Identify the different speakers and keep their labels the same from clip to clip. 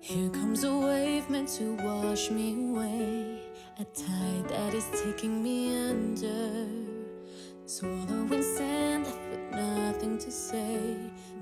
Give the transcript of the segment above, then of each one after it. Speaker 1: Here comes a wave meant to wash me away. A tide that is taking me under. Swallowing sand, I've got nothing to say.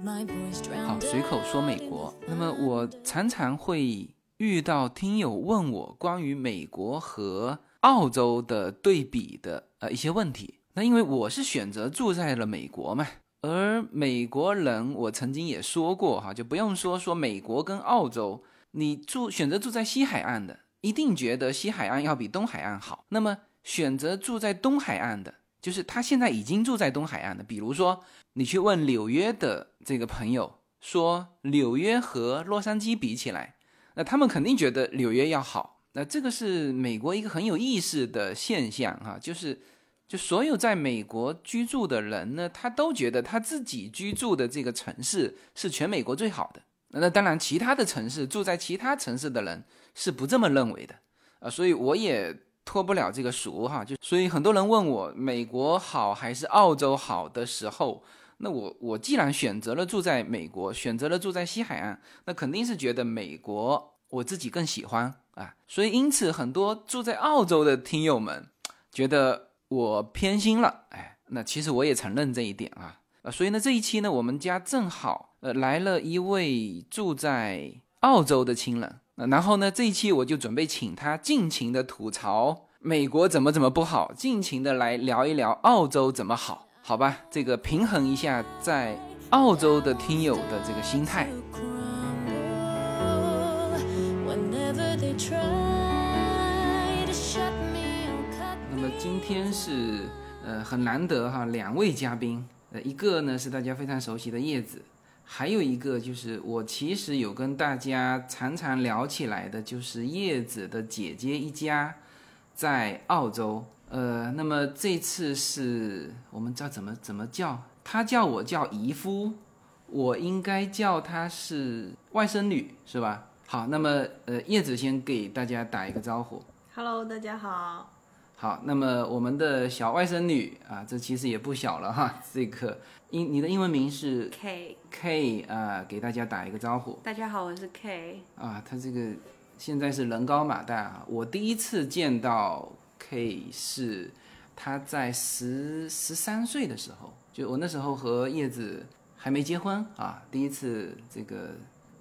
Speaker 1: My voice
Speaker 2: 好，
Speaker 1: drowned
Speaker 2: 随口说美
Speaker 1: out in
Speaker 2: 国
Speaker 1: the。
Speaker 2: 那么我常常会遇到听友问我关于美国和澳洲的对比的呃一些问题。那因为我是选择住在了美国嘛，而美国人我曾经也说过哈，就不用说说美国跟澳洲，你住选择住在西海岸的，一定觉得西海岸要比东海岸好。那么选择住在东海岸的，就是他现在已经住在东海岸的，比如说你去问纽约的这个朋友，说纽约和洛杉矶比起来，那他们肯定觉得纽约要好。那这个是美国一个很有意思的现象哈、就是就所有在美国居住的人呢，他都觉得他自己居住的这个城市是全美国最好的。那当然，其他的城市住在其他城市的人是不这么认为的啊、所以我也脱不了这个俗哈、就所以很多人问我美国好还是澳洲好的时候，那我我既然选择了住在美国，选择了住在西海岸，那肯定是觉得美国我自己更喜欢啊。所以因此，很多住在澳洲的听友们觉得我偏心了，哎，那其实我也承认这一点啊。呃，所以呢，这一期呢，我们家正好呃来了一位住在澳洲的亲人，呃然后呢，这一期我就准备请他尽情的吐槽美国怎么怎么不好，尽情的来聊一聊澳洲怎么好，好吧？这个平衡一下在澳洲的听友的这个心态。
Speaker 1: to crumble Whenever they try to shut me out, cut
Speaker 2: 那么今天是呃很难得哈，两位嘉宾，呃一个呢是大家非常熟悉的叶子，还有一个就是我其实有跟大家常常聊起来的，就是叶子的姐姐一家在澳洲。呃，那么这次是我们叫怎么怎么叫？她叫我叫姨夫，我应该叫她是外甥女是吧？好，那么呃叶子先给大家打一个招呼。
Speaker 3: Hello，大家好。
Speaker 2: 好，那么我们的小外甥女啊，这其实也不小了哈。 这个英，你的英文名是
Speaker 3: K，
Speaker 2: K 啊，给大家打一个招呼
Speaker 3: 大家好，我是 K。
Speaker 2: 啊。她这个现在是人高马大啊。我第一次见到 K 是她在十十三岁的时候，就我那时候和叶子还没结婚啊，第一次这个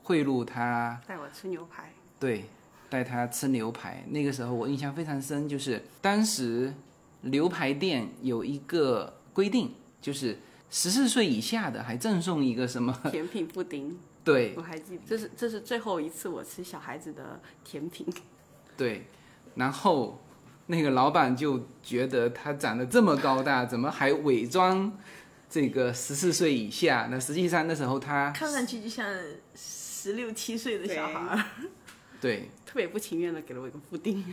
Speaker 2: 贿赂她
Speaker 3: 带我吃牛排，
Speaker 2: 对，带他吃牛排。那个时候我印象非常深，就是当时牛排店有一个规定，就是十四岁以下的还赠送一个什么？
Speaker 3: 甜品布丁，
Speaker 2: 对
Speaker 3: 我还记得，这是这是最后一次我吃小孩子的甜品。
Speaker 2: 对，然后那个老板就觉得他长得这么高大，怎么还伪装这个十四岁以下？那实际上那时候
Speaker 3: 啊
Speaker 2: 他
Speaker 4: 看上去就像十六七岁的小孩儿。
Speaker 2: 对
Speaker 3: 特别不情愿的给了我一个布丁，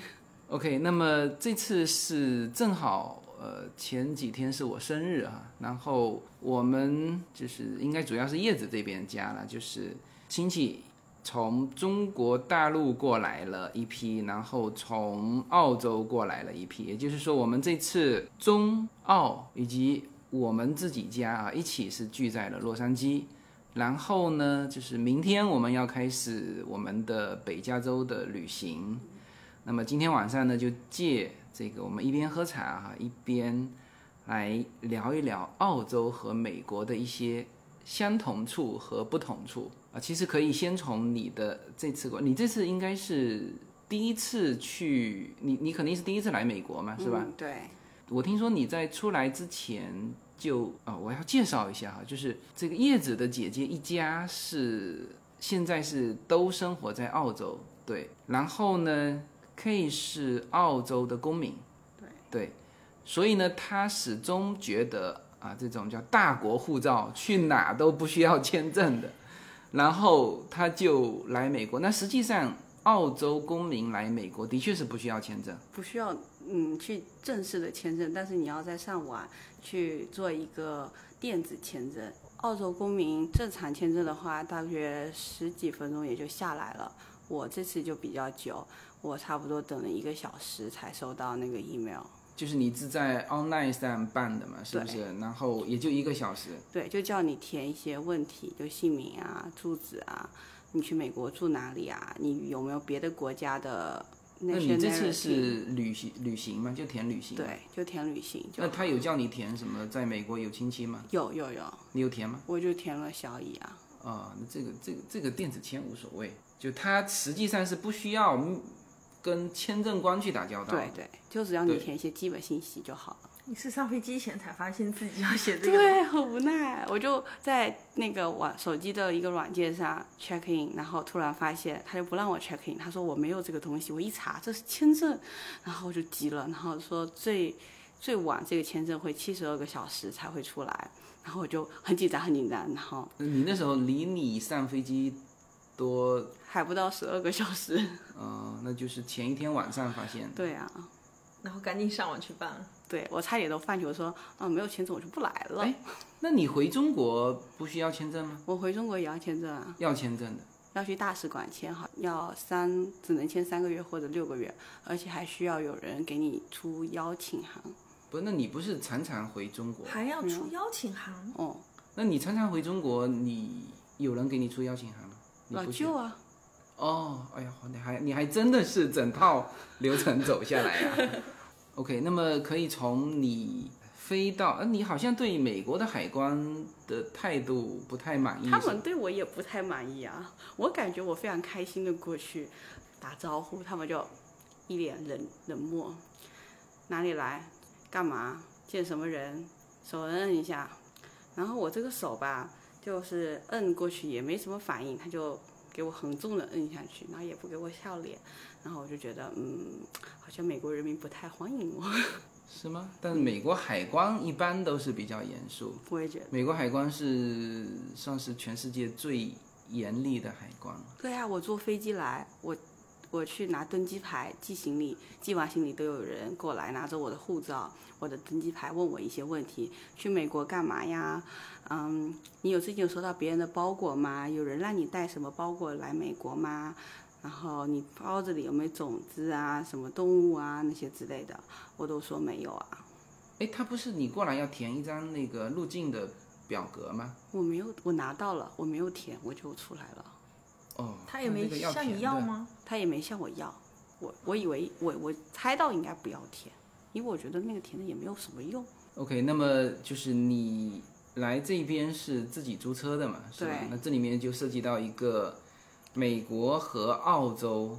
Speaker 2: OK，那么这次是正好，呃，前几天是我生日啊，然后我们就是应该主要是叶子这边家了，就是亲戚从中国大陆过来了一批，然后从澳洲过来了一批，也就是说我们这次中澳以及我们自己家啊一起是聚在了洛杉矶。然后呢，就是明天我们要开始我们的北加州的旅行，那么今天晚上呢，就借这个我们一边喝茶哈、一边来聊一聊澳洲和美国的一些相同处和不同处啊。其实可以先从你的这次过，你这次应该是第一次去，你你肯定是第一次来美国嘛，是吧？
Speaker 3: 嗯对，
Speaker 2: 我听说你在出来之前就啊、我要介绍一下哈，就是这个叶子的姐姐一家是现在是都生活在澳洲，对，然后呢，K 是澳洲的公民，对对，所以呢，他始终觉得啊，这种叫大国护照，去哪都不需要签证的，然后他就来美国。那实际上，澳洲公民来美国的确是不需要签证。
Speaker 3: 不需要嗯去正式的签证，但是你要在上网去做一个电子签证。澳洲公民正常签证的话，大约十几分钟也就下来了。我这次就比较久，我差不多等了一个小时才收到那个 email。
Speaker 2: 就是你是在 online 上办的嘛，是不是？然后也就一个小时。
Speaker 3: 对，就叫你填一些问题，就姓名啊、住址啊，你去美国住哪里啊？你有没有别的国家的？
Speaker 2: 那你这次是旅行旅行吗？就填旅行？
Speaker 3: 对，，就填旅行就
Speaker 2: 那
Speaker 3: 好。
Speaker 2: 他有叫你填什么？在美国有亲戚吗？
Speaker 3: 有有有，
Speaker 2: 你有填吗？
Speaker 3: 我就填了小乙啊。
Speaker 2: 啊、那这个这个这个电子签无所谓，就他实际上是不需要嗯跟签证官去打交道。
Speaker 3: 对，对，就只要你
Speaker 2: 啊对
Speaker 3: 填一些基本信息就好了。
Speaker 4: 你是上飞机前才发现自己要写这个吗？
Speaker 3: 对，很无奈，我就在那个网手机的一个软件上 check in，然后突然发现他就不让我 check in，他说我没有这个东西，我一查这是签证，然后我就急了，然后说最最晚这个签证会七十二个小时才会出来，然后我就很紧张很紧张，然后
Speaker 2: 那你那时候离你上飞机多，
Speaker 3: 还不到十二个小时，
Speaker 2: 呃，那就是前一天晚上发现。
Speaker 3: 对啊，
Speaker 4: 然后赶紧上网去办。
Speaker 3: 对我差点都犯球说啊没有签证我就不来了
Speaker 2: 哎，那你回中国不需要签证吗？
Speaker 3: 我回中国也要签证啊。
Speaker 2: 要签证的。
Speaker 3: 要去大使馆签好，要三只能签三个月或者六个月，而且还需要有人给你出邀请函。
Speaker 2: 不，那你不是常常回中国？
Speaker 4: 还要出邀请函，
Speaker 3: 哦，
Speaker 2: 那你常常回中国，你有人给你出邀请函吗？你
Speaker 3: 老
Speaker 2: 不需要
Speaker 3: 舅啊，
Speaker 2: 哦，哎呀，你还你还真的是整套流程走下来 啊。OK，那么可以从你飞到，呃，你好像对美国的海关的态度不太满意。
Speaker 3: 他
Speaker 2: 是吧
Speaker 3: 们对我也不太满意啊。我感觉我非常开心的过去打招呼，他们就一脸冷冷漠，哪里来，干嘛，见什么人，手摁一下。然后我这个手吧，就是摁过去也没什么反应，他就给我很重的摁下去，然后也不给我笑脸，然后我就觉得，嗯，好像美国人民不太欢迎我，
Speaker 2: 是吗？但是美国海关一般都是比较严肃，
Speaker 3: 我也觉得。
Speaker 2: 美国海关是算是全世界最严厉的海关。
Speaker 3: 对啊，我坐飞机来，我我去拿登机牌寄行李，寄完行李都有人过来拿着我的护照、我的登机牌问我一些问题，去美国干嘛呀？嗯，你有最近有收到别人的包裹吗？有人让你带什么包裹来美国吗？然后你包子里有没有种子啊、什么动物啊那些之类的，我都说没有啊，
Speaker 2: 哎，他不是你过来要填一张那个入境的表格吗？
Speaker 3: 我没有，我拿到了，我没有填，我就出来了。
Speaker 2: 哦，
Speaker 4: 他也
Speaker 2: 那
Speaker 4: 没
Speaker 2: 个要
Speaker 4: 向你
Speaker 2: 填
Speaker 4: 要
Speaker 2: 的？
Speaker 4: 吗？
Speaker 3: 他也没向我要，我我以为我我猜到应该不要填，因为我觉得那个填的也没有什么用。
Speaker 2: OK，那么就是你来这边是自己租车的嘛，是吧
Speaker 3: 对？
Speaker 2: 那这里面就涉及到一个美国和澳洲，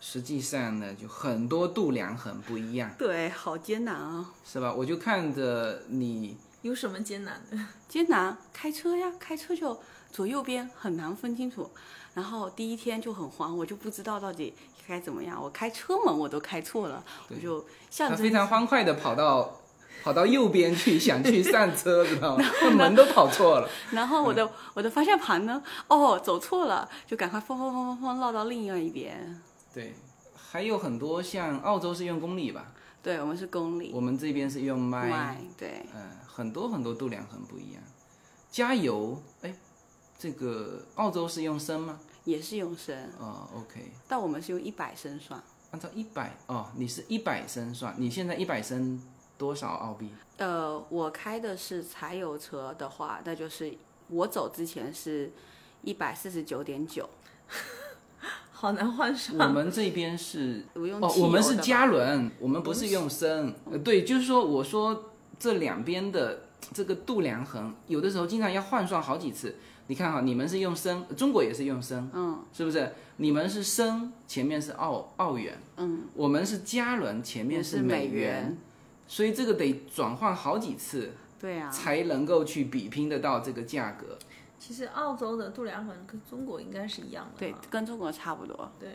Speaker 2: 实际上呢就很多度量很不一样，
Speaker 3: 对，好艰难啊，
Speaker 2: 是吧？我就看着你，
Speaker 4: 有什么艰难的？
Speaker 3: 艰难！开车呀，开车就左右边很难分清楚。然后第一天就很慌，我就不知道到底该怎么样。我开车门我都开错了，我就象
Speaker 2: 他
Speaker 3: 征
Speaker 2: 非常欢快的跑到。跑到右边去，想去上车，知道吗？门都跑错了。嗯
Speaker 3: 然后我的、我的方向盘呢，哦，走错了，就赶快疯疯疯疯疯绕到另外一边。
Speaker 2: 对，还有很多像澳洲是用公里吧，
Speaker 3: 对，我们是公里
Speaker 2: 我们这边是用迈，
Speaker 3: 外，对，
Speaker 2: 嗯，很多很多度量很不一样。加油，哎，这个澳洲是用升吗？
Speaker 3: 也是用升，
Speaker 2: 哦，OK，
Speaker 3: 但我们是用一百升算。
Speaker 2: 按照一百哦，你是一百升算，你现在一百升多少澳 币？
Speaker 3: 呃，我开的是柴油车的话，那就是我走之前是一百四十九点九，
Speaker 4: 好难换
Speaker 2: 我
Speaker 4: 算。
Speaker 2: 们这边是
Speaker 3: 我用
Speaker 2: 哦
Speaker 3: 汽，油
Speaker 2: 我们是
Speaker 3: 的吧
Speaker 2: 加仑，我们不是用升。呃，对，就是说，我说这两边的这个度量衡，有的时候经常要换算好几次。你看哈，你们是用升，中国也是用升，嗯，是不是？你们是升，前面是澳澳元，嗯，我们是加仑，前面
Speaker 3: 是
Speaker 2: 美
Speaker 3: 元，，
Speaker 2: 所以这个得转换好几次
Speaker 3: 对啊，
Speaker 2: 才能够去比拼得到这个价格。
Speaker 4: 其实澳洲的度量衡跟中国应该是一样的吧，
Speaker 3: 对，跟中国差不多，
Speaker 4: 对，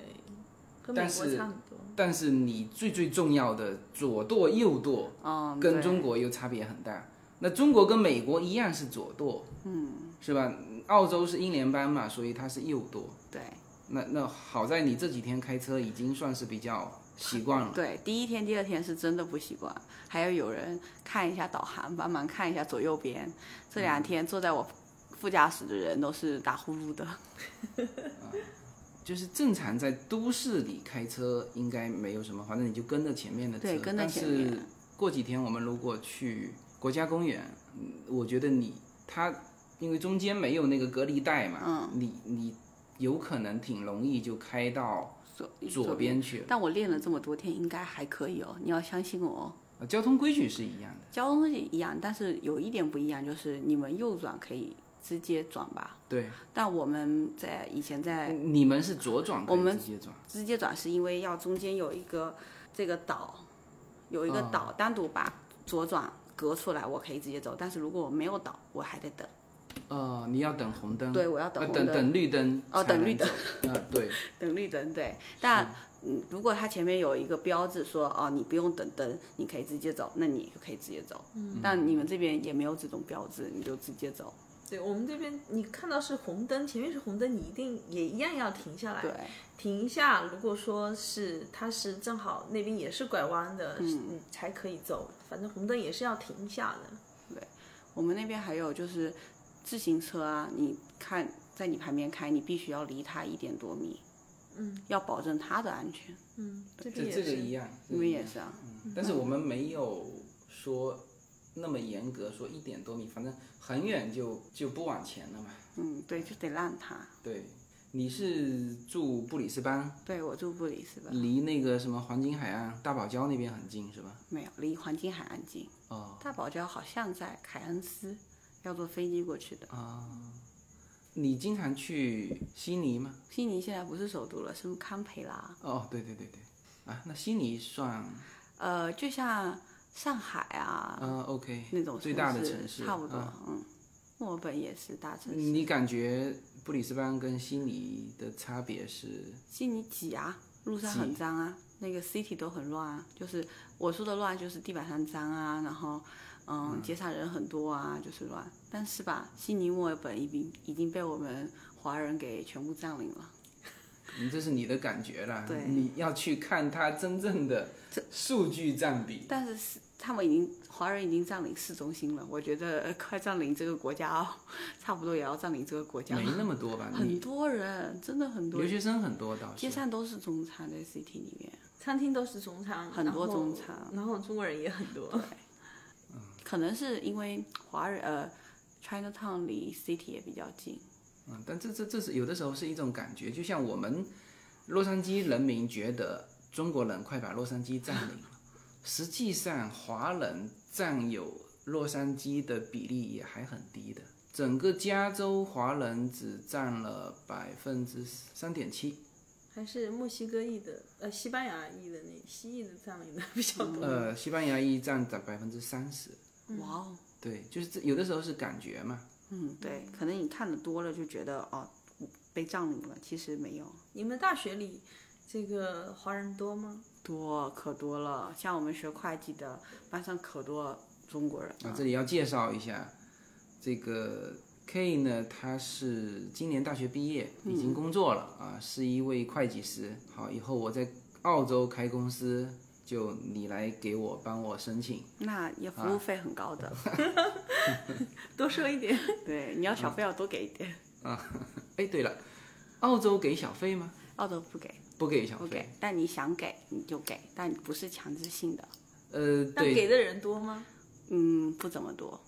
Speaker 4: 跟美
Speaker 2: 但
Speaker 4: 国
Speaker 2: 是
Speaker 4: 差很多。
Speaker 2: 但是你最最重要的左舵右舵
Speaker 3: 嗯，
Speaker 2: 跟
Speaker 3: 对
Speaker 2: 中国又差别很大。那中国跟美国一样是左舵，嗯，是吧？澳洲是英联邦嘛，所以它是右舵。
Speaker 3: 对
Speaker 2: 那那好在你这几天开车已经算是比较习惯了。
Speaker 3: 对，第一天、第二天是真的不习惯，还要有人看一下导航，帮忙看一下左右边。这
Speaker 2: 嗯
Speaker 3: 两天坐在我副驾驶的人都是打呼噜的，
Speaker 2: 就是正常在都市里开车应该没有什么，反正你就跟着前面的车。
Speaker 3: 对，跟着前
Speaker 2: 但是
Speaker 3: 面，
Speaker 2: 过几天我们如果去国家公园，嗯我觉得你它因为中间没有那个隔离带嘛，嗯，你你有可能挺容易就开到
Speaker 3: 左
Speaker 2: 左边去了。
Speaker 3: 但我练了这么多天，应该还可以哦。你要相信我哦。
Speaker 2: 呃交通规矩是一样的，
Speaker 3: 交通是一样，但是有一点不一样，就是你们右转可以直接转吧，
Speaker 2: 对，
Speaker 3: 但我们在以前在
Speaker 2: 你们是左转，
Speaker 3: 哎我们
Speaker 2: 直接转，
Speaker 3: 直接转是因为要中间有一个这个岛，有一个
Speaker 2: 哦
Speaker 3: 岛单独把左转隔出来，我可以直接走。但是如果我没有岛，我还得等。
Speaker 2: 呃，你要等红灯，
Speaker 3: 对，我要等
Speaker 2: 呃
Speaker 3: 红
Speaker 2: 等
Speaker 3: 灯。
Speaker 2: 等绿灯，
Speaker 3: 哦等绿灯，
Speaker 2: 啊，对，
Speaker 3: 等绿灯，对。但嗯，如果它前面有一个标志说哦，你不用等灯，你可以直接走，那你就可以直接走。嗯。但你们这边也没有这种标志，你就直接走。
Speaker 4: 对我们这边，你看到是红灯，前面是红灯，你一定也一样要停下来。
Speaker 3: 对，
Speaker 4: 停一下，如果说是它是正好那边也是拐弯的，
Speaker 3: 嗯
Speaker 4: 你才可以走。反正红灯也是要停一下的。
Speaker 3: 我们那边还有就是自行车啊，你看在你旁边开，你必须要离它一点多米。嗯。要保证它的安全。
Speaker 4: 嗯，这
Speaker 2: 这
Speaker 4: 边也
Speaker 2: 这
Speaker 4: 是。嗯
Speaker 2: 个一样，嗯
Speaker 3: 你们也是啊？
Speaker 2: 但是我们没有说那么严格，说一点多米，反正很远就就不往前了嘛。
Speaker 3: 嗯，对，就得让它。
Speaker 2: 对，你是住布里斯班，
Speaker 3: 对我住布里斯本，
Speaker 2: 离那个什么黄金海岸、大堡礁那边很近是吧？
Speaker 3: 没有离黄金海岸近。
Speaker 2: 哦
Speaker 3: 大堡礁好像在凯恩斯，要坐飞机过去的。
Speaker 2: 啊、你经常去悉尼吗？
Speaker 3: 悉尼现在不是首都了，是堪培拉。
Speaker 2: 哦，对对对对，啊，那悉尼算
Speaker 3: 呃，就像上海啊、
Speaker 2: 呃 OK
Speaker 3: 那种
Speaker 2: 最大的
Speaker 3: 城
Speaker 2: 城市，
Speaker 3: 差不多。
Speaker 2: 啊
Speaker 3: 嗯，墨尔本也是大城市。
Speaker 2: 你感觉布里斯班跟悉尼的差别是？
Speaker 3: 悉尼挤啊，路上很脏啊，那个 city 都很乱啊。就是我说的乱，就是地板上脏啊，然后嗯，街上人很多啊，就是乱。但是吧，悉尼、墨尔本已经已经被我们华人给全部占领了。
Speaker 2: 嗯，这是你的感觉啦。
Speaker 3: 对
Speaker 2: 你要去看它真正的数据占比。
Speaker 3: 但是是他们已经华人已经占领市中心了，我觉得呃 快占领这个国家哦， 差不多也要占领这个国家
Speaker 2: 没
Speaker 3: 了。
Speaker 2: 那么多吧？
Speaker 3: 很
Speaker 2: 你
Speaker 3: 多人，真的很多
Speaker 2: 留，学生很多倒
Speaker 3: 街
Speaker 2: 是。
Speaker 3: 上都是中餐，在 CT 里面，
Speaker 4: 餐厅都是中餐，
Speaker 3: 很多
Speaker 4: 然后
Speaker 3: 中餐
Speaker 4: 然后中国人也很多。
Speaker 3: 可能是因为华人呃，China Town 离 CT 也比较近，
Speaker 2: 嗯，但这这这是有的时候是一种感觉，就像我们洛杉矶人民觉得中国人快把洛杉矶占领了，实际上华人占有洛杉矶的比例也还很低的。整个加州华人只占了百分之三点七，
Speaker 4: 还是墨西哥裔的，呃，西班牙裔的那西裔的占领的比较多。
Speaker 2: 呃，西班牙裔占在百分之三十。
Speaker 3: 哇哦，
Speaker 2: 对，就是这有的时候是感觉嘛，
Speaker 3: 嗯，对，可能你看的多了就觉得哦被占领了，其实没有，
Speaker 4: 你们大学里这个华人多吗？
Speaker 3: 多可多了，像我们学会计的班上可多中国人了
Speaker 2: 啊，这里要介绍一下，这个 K 呢，他是今年大学毕业，已
Speaker 4: 嗯
Speaker 2: 经工作了啊，是一位会计师。好，以后我在澳洲开公司，就你来给我帮我申请。
Speaker 3: 那也服
Speaker 2: 啊
Speaker 3: 务费很高 的，
Speaker 4: 多说一点。
Speaker 3: 对，你要
Speaker 2: 嗯
Speaker 3: 小费要多给一点，
Speaker 2: 哎，对了，澳洲给小费吗？
Speaker 3: 澳洲不给，
Speaker 2: 不给小
Speaker 3: 不
Speaker 2: 费
Speaker 3: 给。，但你想给你就给，但不是强制性的，
Speaker 2: 呃，
Speaker 4: 但
Speaker 2: 对，
Speaker 4: 给的人多吗？
Speaker 3: 嗯，不怎么多，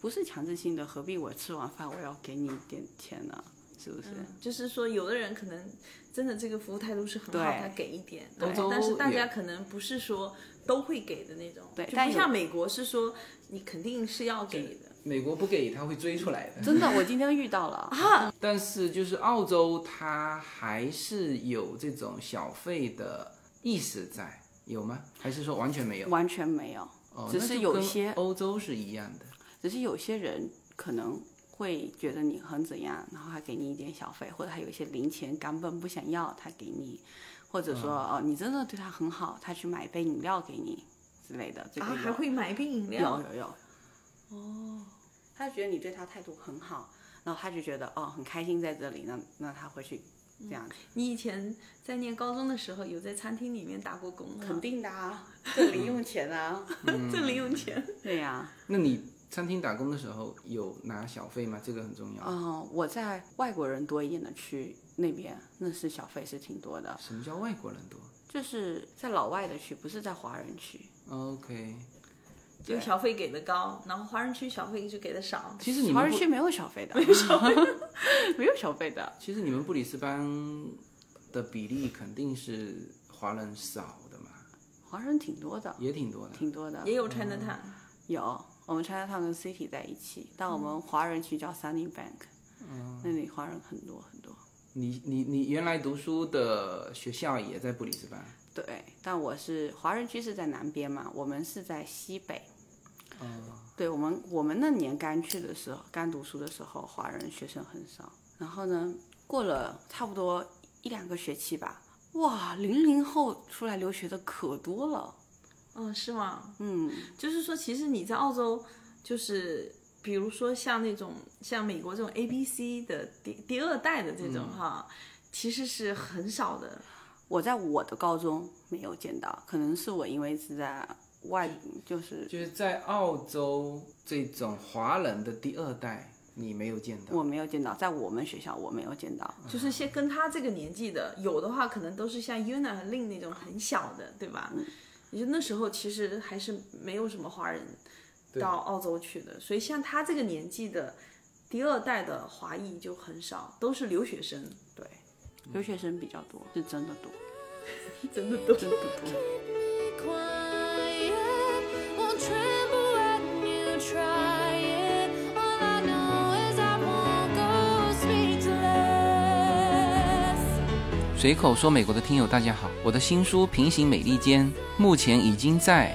Speaker 3: 不是强制性的，何必我吃完饭我要给你一点钱呢？是不是？
Speaker 4: 嗯就是说，有的人可能真的这个服务态度是很好，
Speaker 3: 对
Speaker 4: 他给一点，
Speaker 2: 对
Speaker 4: 然后但是大家可能不是说都会给的那种，
Speaker 3: 对
Speaker 4: 就
Speaker 3: 但
Speaker 4: 不
Speaker 3: 有
Speaker 4: 像美国是说你肯定是要给的，
Speaker 2: 美国不给他会追出来的。
Speaker 3: 真的，我今天遇到了，
Speaker 2: 但是就是澳洲，它还是有这种小费的意识在，有吗？还是说完全没有？
Speaker 3: 完全没有，
Speaker 2: 哦，
Speaker 3: 只
Speaker 2: 那
Speaker 3: 是
Speaker 2: 就
Speaker 3: 有
Speaker 2: 跟
Speaker 3: 些
Speaker 2: 欧洲是一样的。
Speaker 3: 只是有些人可能会觉得你很怎样，然后还给你一点小费，或者还有一些零钱根本不想要，他给你，或者
Speaker 4: 嗯
Speaker 3: 说、哦，你真的对他很好，他去买一杯饮料给你之类的，这个
Speaker 4: 啊，
Speaker 3: 有、
Speaker 4: 还会买一杯饮
Speaker 3: 有
Speaker 4: 料，哦
Speaker 3: 有有，哦，他觉得你对他态度很好，然后他就觉得哦很开心在这里，那那他会去这样，
Speaker 4: 你以前在念高中的时候有在餐厅里面打过工吗？
Speaker 3: 肯定的 啊，这零用钱啊，
Speaker 4: 这零用钱，
Speaker 3: 对呀、
Speaker 2: 那你餐厅打工的时候有拿小费吗？这个很重要。
Speaker 3: 嗯，我在外国人多一点的区那边，那是小费是挺多的，
Speaker 2: 什么叫外国人多
Speaker 3: 就是在老外的区，不是在华人区。
Speaker 2: ？OK，
Speaker 4: 就小费给的高，然后华人区小费就给的少。
Speaker 2: 其实你
Speaker 3: 华
Speaker 2: 们
Speaker 3: 人
Speaker 2: 不
Speaker 3: 区没有小费的，没有小费， 没有小费的。
Speaker 2: 其实你们布里斯班的比例肯定是华人少的嘛，
Speaker 3: 华人挺多的，
Speaker 2: 也挺多的。
Speaker 3: 挺多的。
Speaker 4: 也有 China Town，
Speaker 3: 有，我们 China Town 跟 City 在一起，但我们华人区叫 Sunny Bank，、那
Speaker 2: 嗯
Speaker 3: 里华人很多很多。
Speaker 2: 你你你原来读书的学校也在布里斯班，
Speaker 3: 对，但我是华人区是在南边嘛，我们是在西北。对我们，我们那年刚去的时候，刚读书的时候，华人学生很少。然后呢，过了差不多一两个学期吧，哇，零零后出来留学的可多了。
Speaker 4: 嗯，是吗？
Speaker 3: 嗯，
Speaker 4: 就是说，其实你在澳洲，就是比如说像那种像美国这种 A B C 的第第二代的这种
Speaker 2: 嗯
Speaker 4: 哈，其实是很少的。
Speaker 3: 我在我的高中没有见到，可能是我因为是在外，就是
Speaker 2: 就是在澳洲这种华人的第二代，你没有见到。
Speaker 3: 我没有见到，在我们学校我没有见到。
Speaker 4: 就是些跟他这个年纪的，有的话可能都是像 Yuna 和 Lin 那种很小的，对吧？也就那时候其实还是没有什么华人到澳洲去的，所以像他这个年纪的第二代的华裔就很少，都是留学生，
Speaker 3: 对，留学生比较多，是真的多，
Speaker 4: 真的都
Speaker 3: 真的多。
Speaker 1: Quiet, won't tremble when you try it. All I know is I won't go speechless.
Speaker 2: 随口说美国的听友，大家好，我的新书《平行美利坚》目前已经在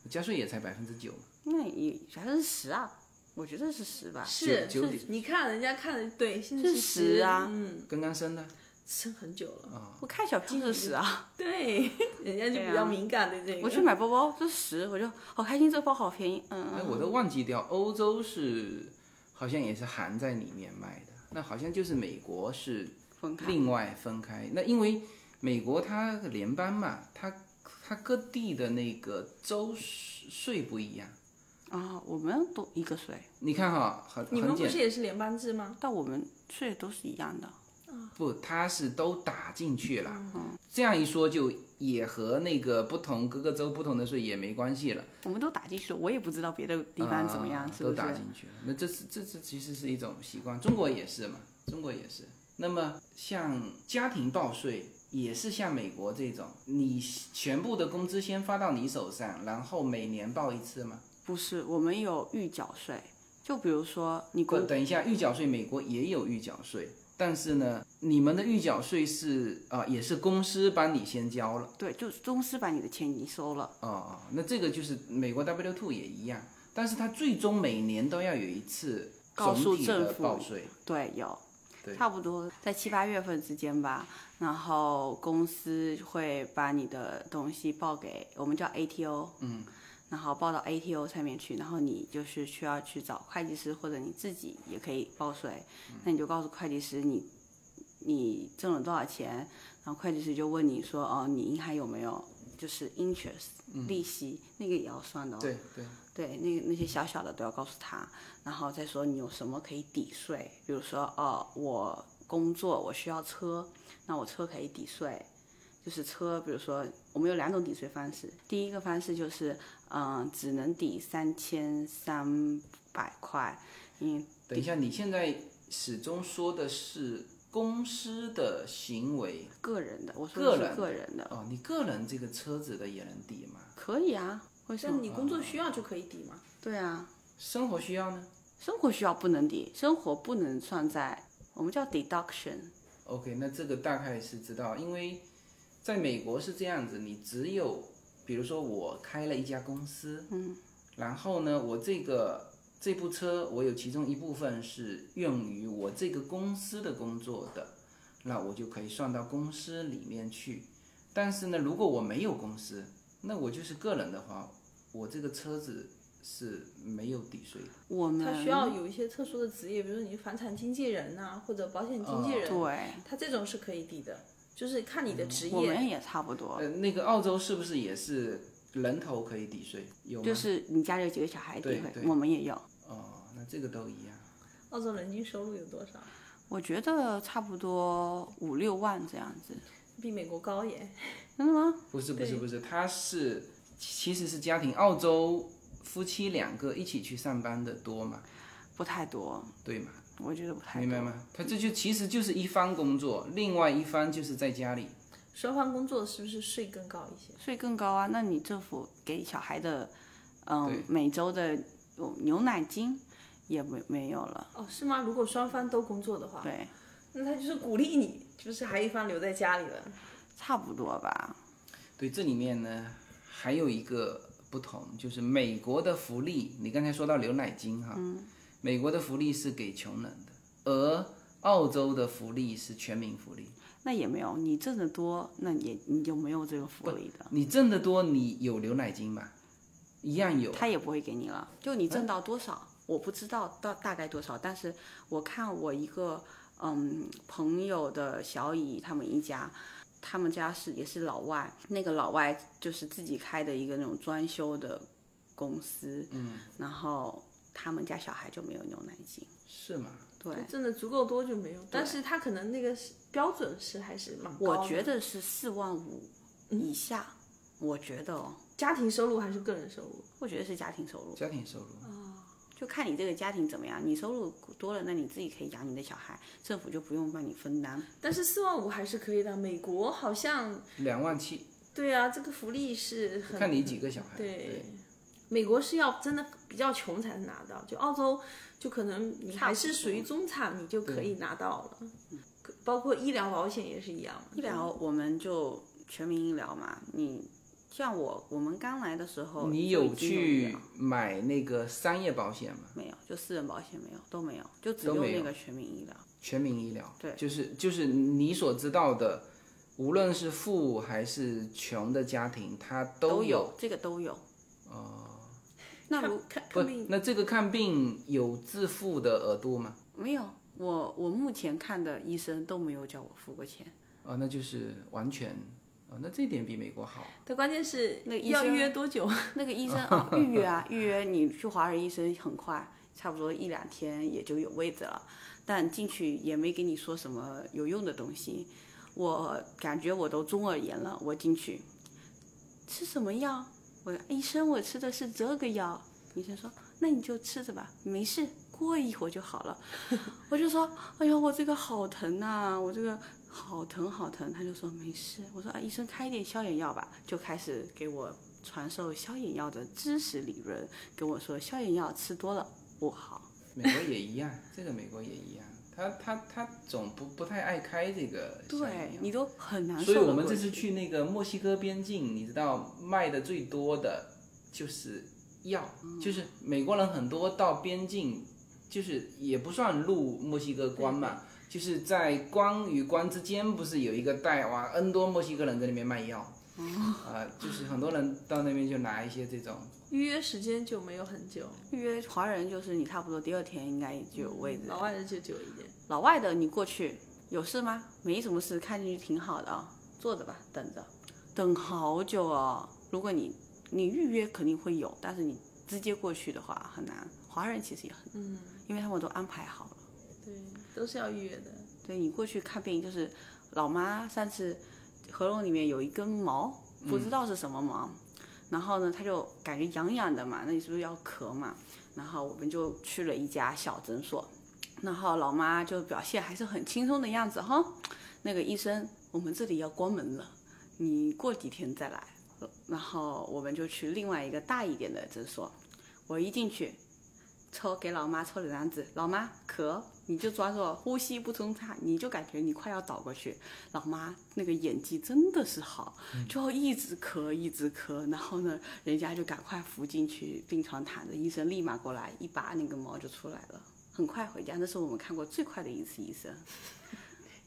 Speaker 2: 加税也才百分之九，
Speaker 3: 那也百分之十啊，我觉得是十吧，
Speaker 4: 是
Speaker 2: 九点
Speaker 4: 你看人家看的对，现在
Speaker 3: 是
Speaker 4: 十
Speaker 3: 十啊
Speaker 4: 嗯，
Speaker 2: 刚刚升的，
Speaker 4: 撑很久了。
Speaker 3: 我看小票是十啊，
Speaker 4: 对，人家就比较敏感对这个。
Speaker 3: 我去买包包这十，我就好开心，这个包好便宜，嗯，
Speaker 2: 哎，
Speaker 3: 嗯
Speaker 2: 我都忘记掉，欧洲是好像也是含在里面卖的，那好像就是美国是
Speaker 3: 分开，
Speaker 2: 另外分开。那因为美国它联邦嘛，它它各地的那个州税不一样。
Speaker 3: 啊，我们都一个税，
Speaker 2: 你看哈，很
Speaker 4: 你们
Speaker 2: 很
Speaker 4: 不是
Speaker 2: 简
Speaker 4: 也是联邦制吗？
Speaker 3: 但我们税都是一样的，
Speaker 2: 不，它是都打进去了。
Speaker 4: 嗯
Speaker 2: 这样一说就也和那个不同各个州不同的税也没关系了，
Speaker 3: 我们都打进去了，我也不知道别的地方怎么样，
Speaker 2: 啊
Speaker 3: 是不
Speaker 2: 都
Speaker 3: 是？
Speaker 2: 打进去了。那这是这这其实是一种习惯，中国也是嘛，中国也是。那么像家庭报税也是像美国这种，你全部的工资先发到你手上，然后每年报一次吗？
Speaker 3: 不是，我们有预缴税，就比如说你
Speaker 2: 不，
Speaker 3: 工
Speaker 2: 等一下，预缴税美国也有预缴税，但是呢，你们的预缴税是啊、也是公司帮你先交了。
Speaker 3: 对，就是公司把你的钱已经收了，
Speaker 2: 哦哦，那这个就是美国 W two 也一样，但是它最终每年都要有一次
Speaker 3: 告诉
Speaker 2: 总体的
Speaker 3: 政府
Speaker 2: 报税。
Speaker 3: 对，有
Speaker 2: 对，
Speaker 3: 差不多在七八月份之间吧，然后公司会把你的东西报给我们叫 ATO，嗯，然后报到 ATO 上面去，然后你就是需要去找会计师或者你自己也可以报税，
Speaker 2: 嗯
Speaker 3: 那你就告诉会计师你你挣了多少钱，然后会计师就问你说哦你银行有没有就是 interest 利息、那个也要算的哦，
Speaker 2: 嗯对对，
Speaker 3: 对，那那些小小的都要告诉他，然后再说你有什么可以抵税，比如说哦，我工作我需要车，那我车可以抵税，就是车，比如说我们有两种抵税方式，第一个方式就是嗯、呃只能抵三千三百块，因为
Speaker 2: 等一下，你现在始终说的是公司的行为
Speaker 3: 个人的，我说的是
Speaker 2: 个
Speaker 3: 个人的，
Speaker 2: 哦，你个人这个车子的也能抵吗？
Speaker 3: 可以啊，为什
Speaker 4: 但
Speaker 3: 么？
Speaker 4: 你工作需要就可以抵嘛。
Speaker 3: 对啊，
Speaker 2: 生活需要呢
Speaker 3: 生活需要不能抵，生活不能算在我们叫 deduction，
Speaker 2: ？OK，那这个大概是知道，因为在美国是这样子，你只有比如说我开了一家公司，嗯，然后呢，我这个这部车我有其中一部分是用于我这个公司的工作的，那我就可以算到公司里面去。但是呢，如果我没有公司，那我就是个人的话，我这个车子是没有抵税的。
Speaker 3: 我们
Speaker 4: 他需要有一些特殊的职业，比如说你是房产经纪人呐、或者保险经纪人，
Speaker 3: 哦对，嗯
Speaker 4: 他这种是可以抵的，就是看你的职
Speaker 3: 我
Speaker 4: 业。
Speaker 3: 们也差不多，
Speaker 2: 呃，那个澳洲是不是也是人头可以抵税？有吗？
Speaker 3: 就是你家里有几个小孩
Speaker 2: 对
Speaker 3: 抵会
Speaker 2: 对，
Speaker 3: 我们也有。
Speaker 2: 哦，那这个都一样。
Speaker 4: 澳洲人均收入有多少？
Speaker 3: 我觉得差不多五六万这样子，
Speaker 4: 比美国高耶。
Speaker 3: 真的吗？
Speaker 2: 不是不是
Speaker 4: 对
Speaker 2: 不是，他是其其实是家庭，澳洲夫妻两个一起去上班的多嘛，
Speaker 3: 不太多，
Speaker 2: 对嘛？
Speaker 3: 我觉得不太多。
Speaker 2: 明白？吗？他这就其实就是一方工作，另外一方就是在家里。
Speaker 4: 双方工作是不是税更高一些？
Speaker 3: 税更高啊，那你政府给小孩的，嗯、
Speaker 2: 对
Speaker 3: 每周的哦牛奶金也没没有了。
Speaker 4: 哦，是吗？如果双方都工作的话，
Speaker 3: 对，
Speaker 4: 那他就是鼓励你，就是还一方留在家里了。
Speaker 3: 差不多吧。
Speaker 2: 对，这里面呢还有一个不同，就是美国的福利，你刚才说到牛奶金哈，
Speaker 3: 嗯
Speaker 2: 美国的福利是给穷人的，而澳洲的福利是全民福利。
Speaker 3: 那也没有，你挣得多，那也你就没有这个福利的，
Speaker 2: 你挣得多，你有牛奶金吧？一样有。
Speaker 3: 他也不会给你了。就你挣到多少，我不知道到大概多少，但是我看我一个嗯朋友的小姨他们一家，他们家是也是老外，那个老外就是自己开的一个那种装修的公司，嗯，然后他们家小孩就没有牛奶金，
Speaker 2: 是吗？
Speaker 3: 对，
Speaker 4: 挣的足够多就没有，但是他可能那个是标准是还是蛮高
Speaker 3: 我
Speaker 4: 的
Speaker 3: 觉得是四万五以下，我觉得哦，
Speaker 4: 家庭收入还是个人收入，
Speaker 3: 我觉得是家庭收入，
Speaker 2: 家庭收入。
Speaker 3: 就看你这个家庭怎么样，你收入多了，那你自己可以养你的小孩，政府就不用帮你分担。
Speaker 4: 但是四万五还是可以的。美国好像
Speaker 2: 两万七，
Speaker 4: 对啊，这个福利是
Speaker 3: 嗯
Speaker 4: 很
Speaker 2: 看你几个小孩。
Speaker 4: 对，美国是要真的比较穷才能拿到，就澳洲就可能你还是属于中产，你就可以拿到了。可包括医疗保险也是一样嘛，
Speaker 3: 医
Speaker 2: 嗯
Speaker 3: 疗我们就全民医疗嘛，你像我我们刚来的时候，
Speaker 2: 你
Speaker 3: 哦就
Speaker 2: 有
Speaker 3: 已经有医
Speaker 2: 去
Speaker 3: 疗
Speaker 2: 买那个商业保险吗？
Speaker 3: 没有？就私人保险没有，都没有，就只
Speaker 2: 都
Speaker 3: 用
Speaker 2: 没
Speaker 3: 那
Speaker 2: 有
Speaker 3: 个全民医疗。
Speaker 2: 全民医疗。
Speaker 3: 对
Speaker 2: 就是就是你所知道的，无论是富还是穷的家庭，他
Speaker 3: 都
Speaker 2: 都有。
Speaker 3: 这个都有。哦，那如
Speaker 4: 看
Speaker 2: 不
Speaker 4: 看病，
Speaker 2: 那这个看病有自付的额度吗？
Speaker 3: 没有，我我目前看的医生都没有叫我付过钱。
Speaker 2: 啊、那就是完全。啊、那这点比美国好。
Speaker 4: 但关键是
Speaker 3: 那个医
Speaker 4: 要
Speaker 3: 生
Speaker 4: 约多久？
Speaker 3: 那个医生啊，预约啊，预约你去华尔医生很快，差不多一两天也就有位置了。但进去也没给你说什么有用的东西，我感觉我都中耳炎了。我进去吃什么药？我医生，我吃的是这个药。医生说，那你就吃着吧，没事，过一会儿就好了。 我就说，哎呦，我这个好疼呐、我这个好疼好疼。他就说没事。我说啊，医生开一点消炎药吧，就开始给我传授消炎药的知识理论，跟我说消炎药吃多了不好。
Speaker 2: 美国也一样，这个美国也一样，他他他总不不太爱开这个项目。
Speaker 3: 对你都很难受
Speaker 2: 所以
Speaker 3: 得过去。
Speaker 2: 我们这次去那个墨西哥边境，你知道卖的最多的就是药，
Speaker 3: 嗯
Speaker 2: 就是美国人很多到边境，就是也不算入墨西哥关嘛，就是在关与关之间，不是有一个带哇 N 多墨西哥人在那边卖药，
Speaker 3: 哦
Speaker 2: 啊、就是很多人到那边就拿一些这种，
Speaker 4: 预约时间就没有很久，
Speaker 3: 预约华人就是你差不多第二天应该就有位置了。
Speaker 4: 老外的就久一点。
Speaker 3: 老外的你过去有事吗？没什么事，看进去挺好的啊、坐着吧，等着，等好久哦。如果你你预约肯定会有，但是你直接过去的话很难。华人其实也很，
Speaker 4: 嗯，
Speaker 3: 因为他们都安排好了。
Speaker 4: 对，都是要预约的。
Speaker 3: 对你过去看病就是，老妈上次喉咙里面有一根毛，不知道是什么毛，然后呢，她就感觉痒痒的嘛，那你是不是要咳嘛？然后我们就去了一家小诊所，然后老妈就表现还是很轻松的样子哈。那个医生，我们这里要关门了，你过几天再来。然后我们就去另外一个大一点的诊所。我一进去，抽给老妈抽了张纸，老妈咳，你就抓住呼吸不通畅，你就感觉你快要倒过去。老妈那个演技真的是好，就一直咳一直咳，然后呢，人家就赶快扶进去病床躺着，医生立马过来一拔那个毛就出来了。很快回家，那是我们看过最快的一次医生。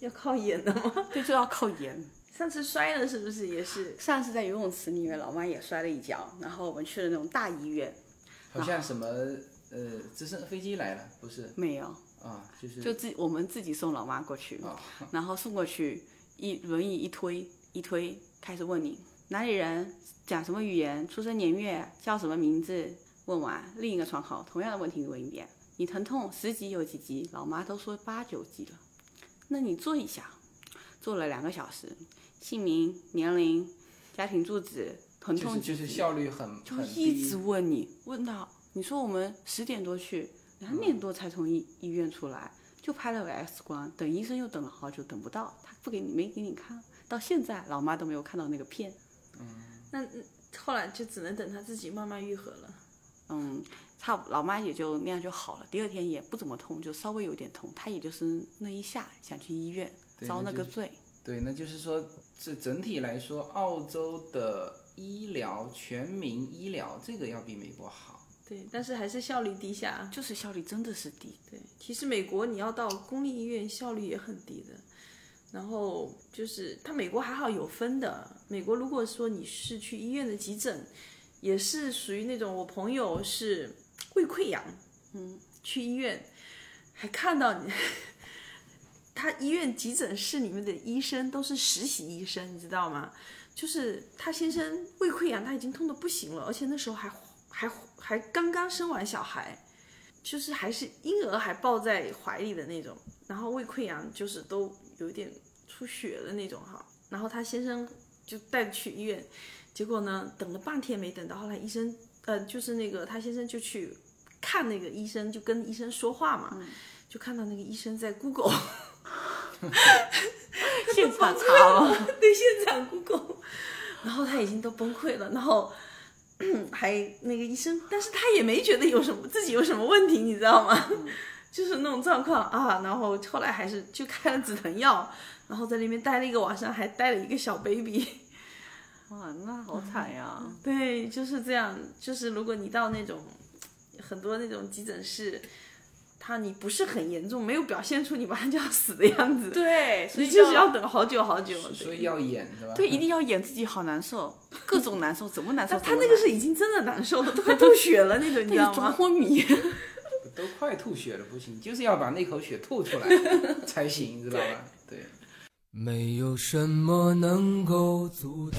Speaker 4: 要靠演的吗？
Speaker 3: 对，就要靠颜。
Speaker 4: 上次摔了是不是也是？
Speaker 3: 上次在游泳池里面，老妈也摔了一跤，然后我们去了那种大医院，
Speaker 2: 好像什么呃，直升飞机来了，不是
Speaker 3: 没有，
Speaker 2: 啊，就是
Speaker 3: 就自我们自己送老妈过去，
Speaker 2: 啊，
Speaker 3: 然后送过去，一轮椅一推一推，开始问你哪里人，讲什么语言，出生年月，叫什么名字。问完另一个窗口，同样的问题问一遍，你疼痛十级有几级？老妈都说八九级了，那你坐一下，坐了两个小时，姓名、年龄、家庭住址、疼
Speaker 2: 就
Speaker 3: 痛
Speaker 2: 是
Speaker 3: 几级、
Speaker 2: 就是效率很
Speaker 3: 就
Speaker 2: 嗯很
Speaker 3: 一
Speaker 2: 低
Speaker 3: 直问你，问到你说我们十点多去，两
Speaker 2: 嗯
Speaker 3: 点多才从医医院出来，就拍了个 X 光，等医生又等了好久，等不到，他不给你没给你看，到现在老妈都没有看到那个片。
Speaker 4: 那嗯后来就只能等他自己慢慢愈合了。
Speaker 3: 嗯，差不老妈也就那样就好了，第二天也不怎么痛，就稍微有点痛，她也就是那一下想去医院
Speaker 2: 对
Speaker 3: 遭
Speaker 2: 那
Speaker 3: 那
Speaker 2: 就
Speaker 3: 个
Speaker 2: 是
Speaker 3: 罪。
Speaker 2: 对，那就是说，这整体来说，澳洲的医疗全民医疗这个要比美国好。
Speaker 4: 对，但是还是效率低下。
Speaker 3: 就是效率真的是低，
Speaker 4: 对，其实美国你要到公立医院效率也很低的。然后就是，它美国还好有分的。美国如果说你是去医院的急诊，也是属于那种我朋友是胃溃疡，嗯，去医院还看到你， 他医院急诊室里面的医生都是实习医生，你知道吗？就是他先生胃溃疡，他已经痛的不行了，而且那时候还还还刚刚生完小孩，就是还是婴儿还抱在怀里的那种，然后胃溃疡就是都有点出血了那种哈。然后他先生就带去医院，结果呢等了半天没等到，后来医生呃就是那个他先生就去看那个医生，就跟医生说话嘛，
Speaker 3: 嗯
Speaker 4: 就看到那个医生在 Google
Speaker 3: 现 场查哦了，
Speaker 4: 对现场 Google，然后他已经都崩溃了，然后。 还那个医生，但是他也没觉得有什么自己有什么问题，你知道吗？
Speaker 3: 嗯
Speaker 4: 就是那种状况啊，然后后来还是就开了止疼药，然后在那边待了一个晚上，还带了一个小 baby。
Speaker 3: 哇，那好惨呀！
Speaker 4: 对，就是这样。就是如果你到那种很多那种急诊室，他你不是很严重，没有表现出你马上就要死的样子，
Speaker 3: 对，所
Speaker 4: 你
Speaker 3: 以
Speaker 4: 就是
Speaker 3: 要
Speaker 4: 要等好久好久。
Speaker 2: 所
Speaker 4: 哦对
Speaker 2: 以要演是吧？
Speaker 3: 对，一定要演自己好难受，各种难受，怎么难受？
Speaker 4: 他那个是已经真的难受了，都快吐血了那种， 你知道
Speaker 3: 装
Speaker 4: 吗？
Speaker 3: 昏迷。
Speaker 2: 都快吐血了，不行，就是要把那口血吐出来才行，知道吧？对。
Speaker 5: 没有什么能够阻挡。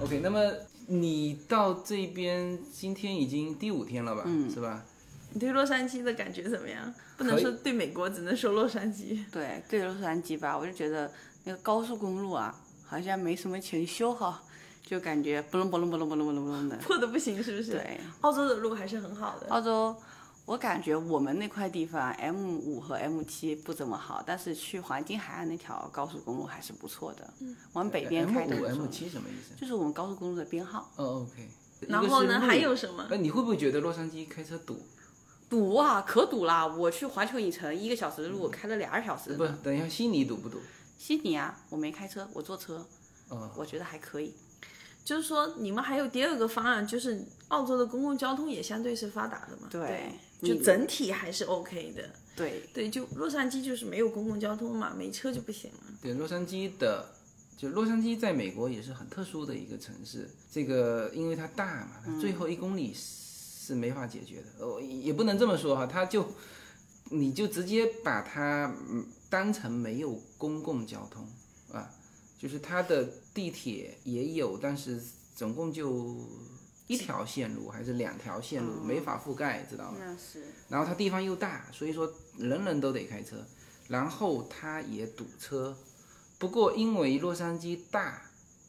Speaker 2: OK，那么你到这边今天已经第五天了吧？嗯，是吧？
Speaker 4: 你对洛杉矶的感觉怎么样？不能
Speaker 2: 可以
Speaker 4: 说对美国，只能说洛杉矶。
Speaker 3: 对，对洛杉矶吧，我就觉得那个高速公路啊，好像没什么钱修哈，就感觉不隆不隆不隆不隆不隆不隆的。
Speaker 4: 破的不行，是不是？
Speaker 3: 对，
Speaker 4: 澳洲的路还是很好的。
Speaker 3: 澳洲，我感觉我们那块地方 M 五和 M 七不怎么好，但是去黄金海岸那条高速公路还是不错的。嗯，往北边开的
Speaker 2: M 五
Speaker 3: 那种
Speaker 2: M 七什么意思？
Speaker 3: 就是我们高速公路的编号。
Speaker 2: 哦，OK。
Speaker 4: 然后
Speaker 2: 一
Speaker 4: 呢，
Speaker 2: 个是路
Speaker 4: 还有什么？
Speaker 2: 哎，你会不会觉得洛杉矶开车堵？
Speaker 3: 堵啊，可堵啦！我去环球影城一个小时的路，开了俩小
Speaker 4: 嗯
Speaker 3: 时。
Speaker 2: 嗯不，等一下，悉尼堵不堵？
Speaker 3: 悉尼啊，我没开车，我坐车，
Speaker 2: 哦，
Speaker 3: 我觉得还可以。
Speaker 4: 就是说，你们还有第二个方案，就是澳洲的公共交通也相对是发达的嘛，
Speaker 3: 对
Speaker 4: 就
Speaker 3: 你
Speaker 4: 整体还是 OK 的。
Speaker 3: 对，
Speaker 4: 对，就洛杉矶就是没有公共交通嘛，没车就不行了。
Speaker 2: 对，洛杉矶的，就洛杉矶在美国也是很特殊的一个城市。这个因为它大嘛，它最后一公里是没法解决的。哦，也不能这么说哈，它就你就直接把它嗯当成没有公共交通啊，就是它的地铁也有，但是总共就一条线路还是两条线
Speaker 4: 嗯
Speaker 2: 路，没法覆盖，知道吗？
Speaker 3: 那是
Speaker 2: 然后它地方又大，所以说人人都得开车，然后它也堵车。不过因为洛杉矶大，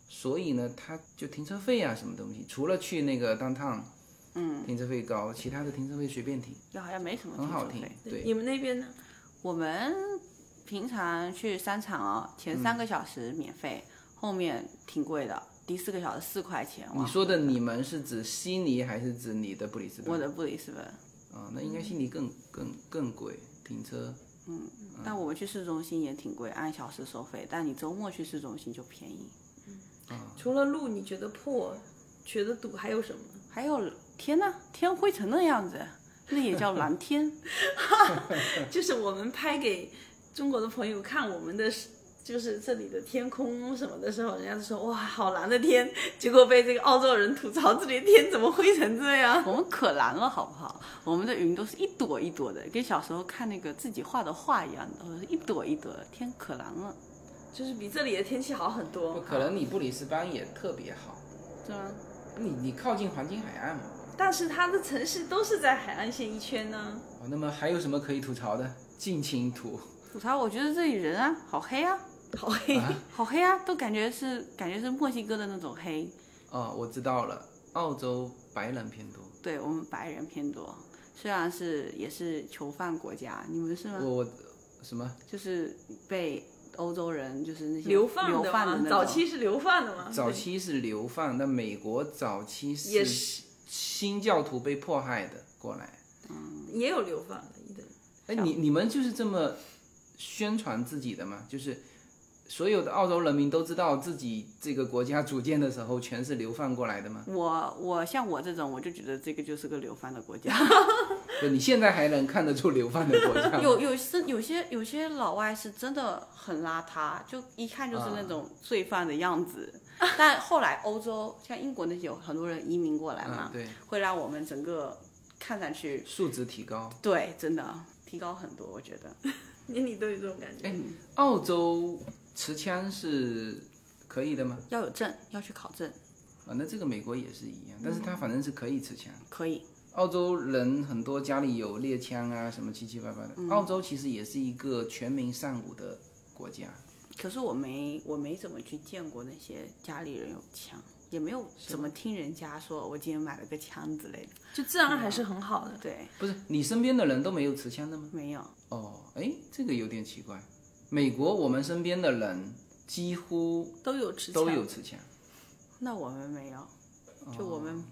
Speaker 2: 所以呢，它就停车费啊什么东西，除了去那个 downtown，嗯，停车费高，其他的停车费随便停，
Speaker 3: 又好像没什么
Speaker 2: 很好
Speaker 3: 停
Speaker 2: 停
Speaker 3: 车费。。
Speaker 2: 对，
Speaker 4: 你们那边呢？
Speaker 3: 我们平常去商场哦，前三
Speaker 2: 嗯
Speaker 3: 个小时免费，后面挺贵的，第四个小时四块钱。哇
Speaker 2: 你说的你们是指悉尼还是指你的布里斯班？
Speaker 3: 我的布里斯本，
Speaker 2: 啊、那应该悉尼更更更贵，停车。嗯
Speaker 3: 但我们去市中心也挺贵，按小时收费，但你周末去市中心就便宜。
Speaker 4: 除了路，你觉得破，觉得堵，还有什么？
Speaker 3: 还有天呐，天灰成那样子，那也叫蓝天。
Speaker 4: 就是我们拍给中国的朋友看我们的，就是这里的天空什么的时候，人家就说哇，好蓝的天，结果被这个澳洲人吐槽这里的天怎么灰成这样。
Speaker 3: 我们可蓝了，好不好？我们的云都是一朵一朵的，跟小时候看那个自己画的画一样的，都是一朵一朵的，天可蓝了，
Speaker 4: 就是比这里的天气好很
Speaker 2: 不
Speaker 4: 多，
Speaker 2: 可能你布里斯班也特别好，
Speaker 3: 是
Speaker 2: 啊
Speaker 3: 吗？
Speaker 2: 你你靠近黄金海岸嘛。
Speaker 4: 但是它的城市都是在海岸线一圈呢。
Speaker 2: 哦，那么还有什么可以吐槽的？尽情吐。
Speaker 3: 吐槽，我觉得这里人啊，好黑啊，
Speaker 4: 好黑，
Speaker 3: 好黑啊，都感觉是感觉是墨西哥的那种黑。
Speaker 2: 哦，我知道了，澳洲白人偏多。
Speaker 3: 对我们白人偏多，虽然是也是囚犯国家，你们是吗？
Speaker 2: 我我什么？
Speaker 3: 就是被欧洲人就是那些
Speaker 4: 流放
Speaker 3: 流
Speaker 4: 的
Speaker 3: 放的
Speaker 4: 嘛
Speaker 3: 那，种
Speaker 4: 早期是流放的嘛，
Speaker 2: 早期是流放，但美国早期
Speaker 4: 对啊也
Speaker 2: 是
Speaker 4: 是
Speaker 2: 新教徒被迫害的过来。
Speaker 4: 也有流放的，一定
Speaker 2: 哎，你你们就是这么宣传自己的吗？就是所有的澳洲人民都知道自己这个国家组建的时候全是流放过来的吗？
Speaker 3: 我我像我这种，我就觉得这个就是个流放的国 家。
Speaker 2: 不，你现在还能看得出流放的国家 吗？啊
Speaker 3: 有有是有些有些老外是真的很邋遢，就一看就是
Speaker 4: 啊
Speaker 3: 那种罪犯的样子。但后来欧洲像英国那些有很多人移民过来嘛
Speaker 4: 啊
Speaker 2: 嗯，，对，
Speaker 3: 会让我们整个看上去
Speaker 2: 素质提高。
Speaker 3: 对，真的提高很多。我觉得
Speaker 4: 年里都有这种感觉。
Speaker 2: 澳洲持枪是可以的吗？
Speaker 3: 要有证，要去考证，
Speaker 2: 啊，那这个美国也是一样，但是它反正是可以持枪。
Speaker 3: 可以。
Speaker 2: 澳洲人很多家里有猎枪啊，什么七七八八的。澳洲其实也是一个全民尚武的国家，
Speaker 3: 可是我没我没怎么去见过那些家里人有枪，也没有怎么听人家说我今天买了个枪之类的。
Speaker 4: 就治安还是很好 的。
Speaker 3: 对，
Speaker 2: 不是你身边的人都没有持枪的吗？
Speaker 3: 没有。
Speaker 2: 哦，哎，这个有点奇怪。美国我们身边的人几乎
Speaker 4: 都有持枪，
Speaker 2: 都有持枪，
Speaker 3: 那我们没有，就我们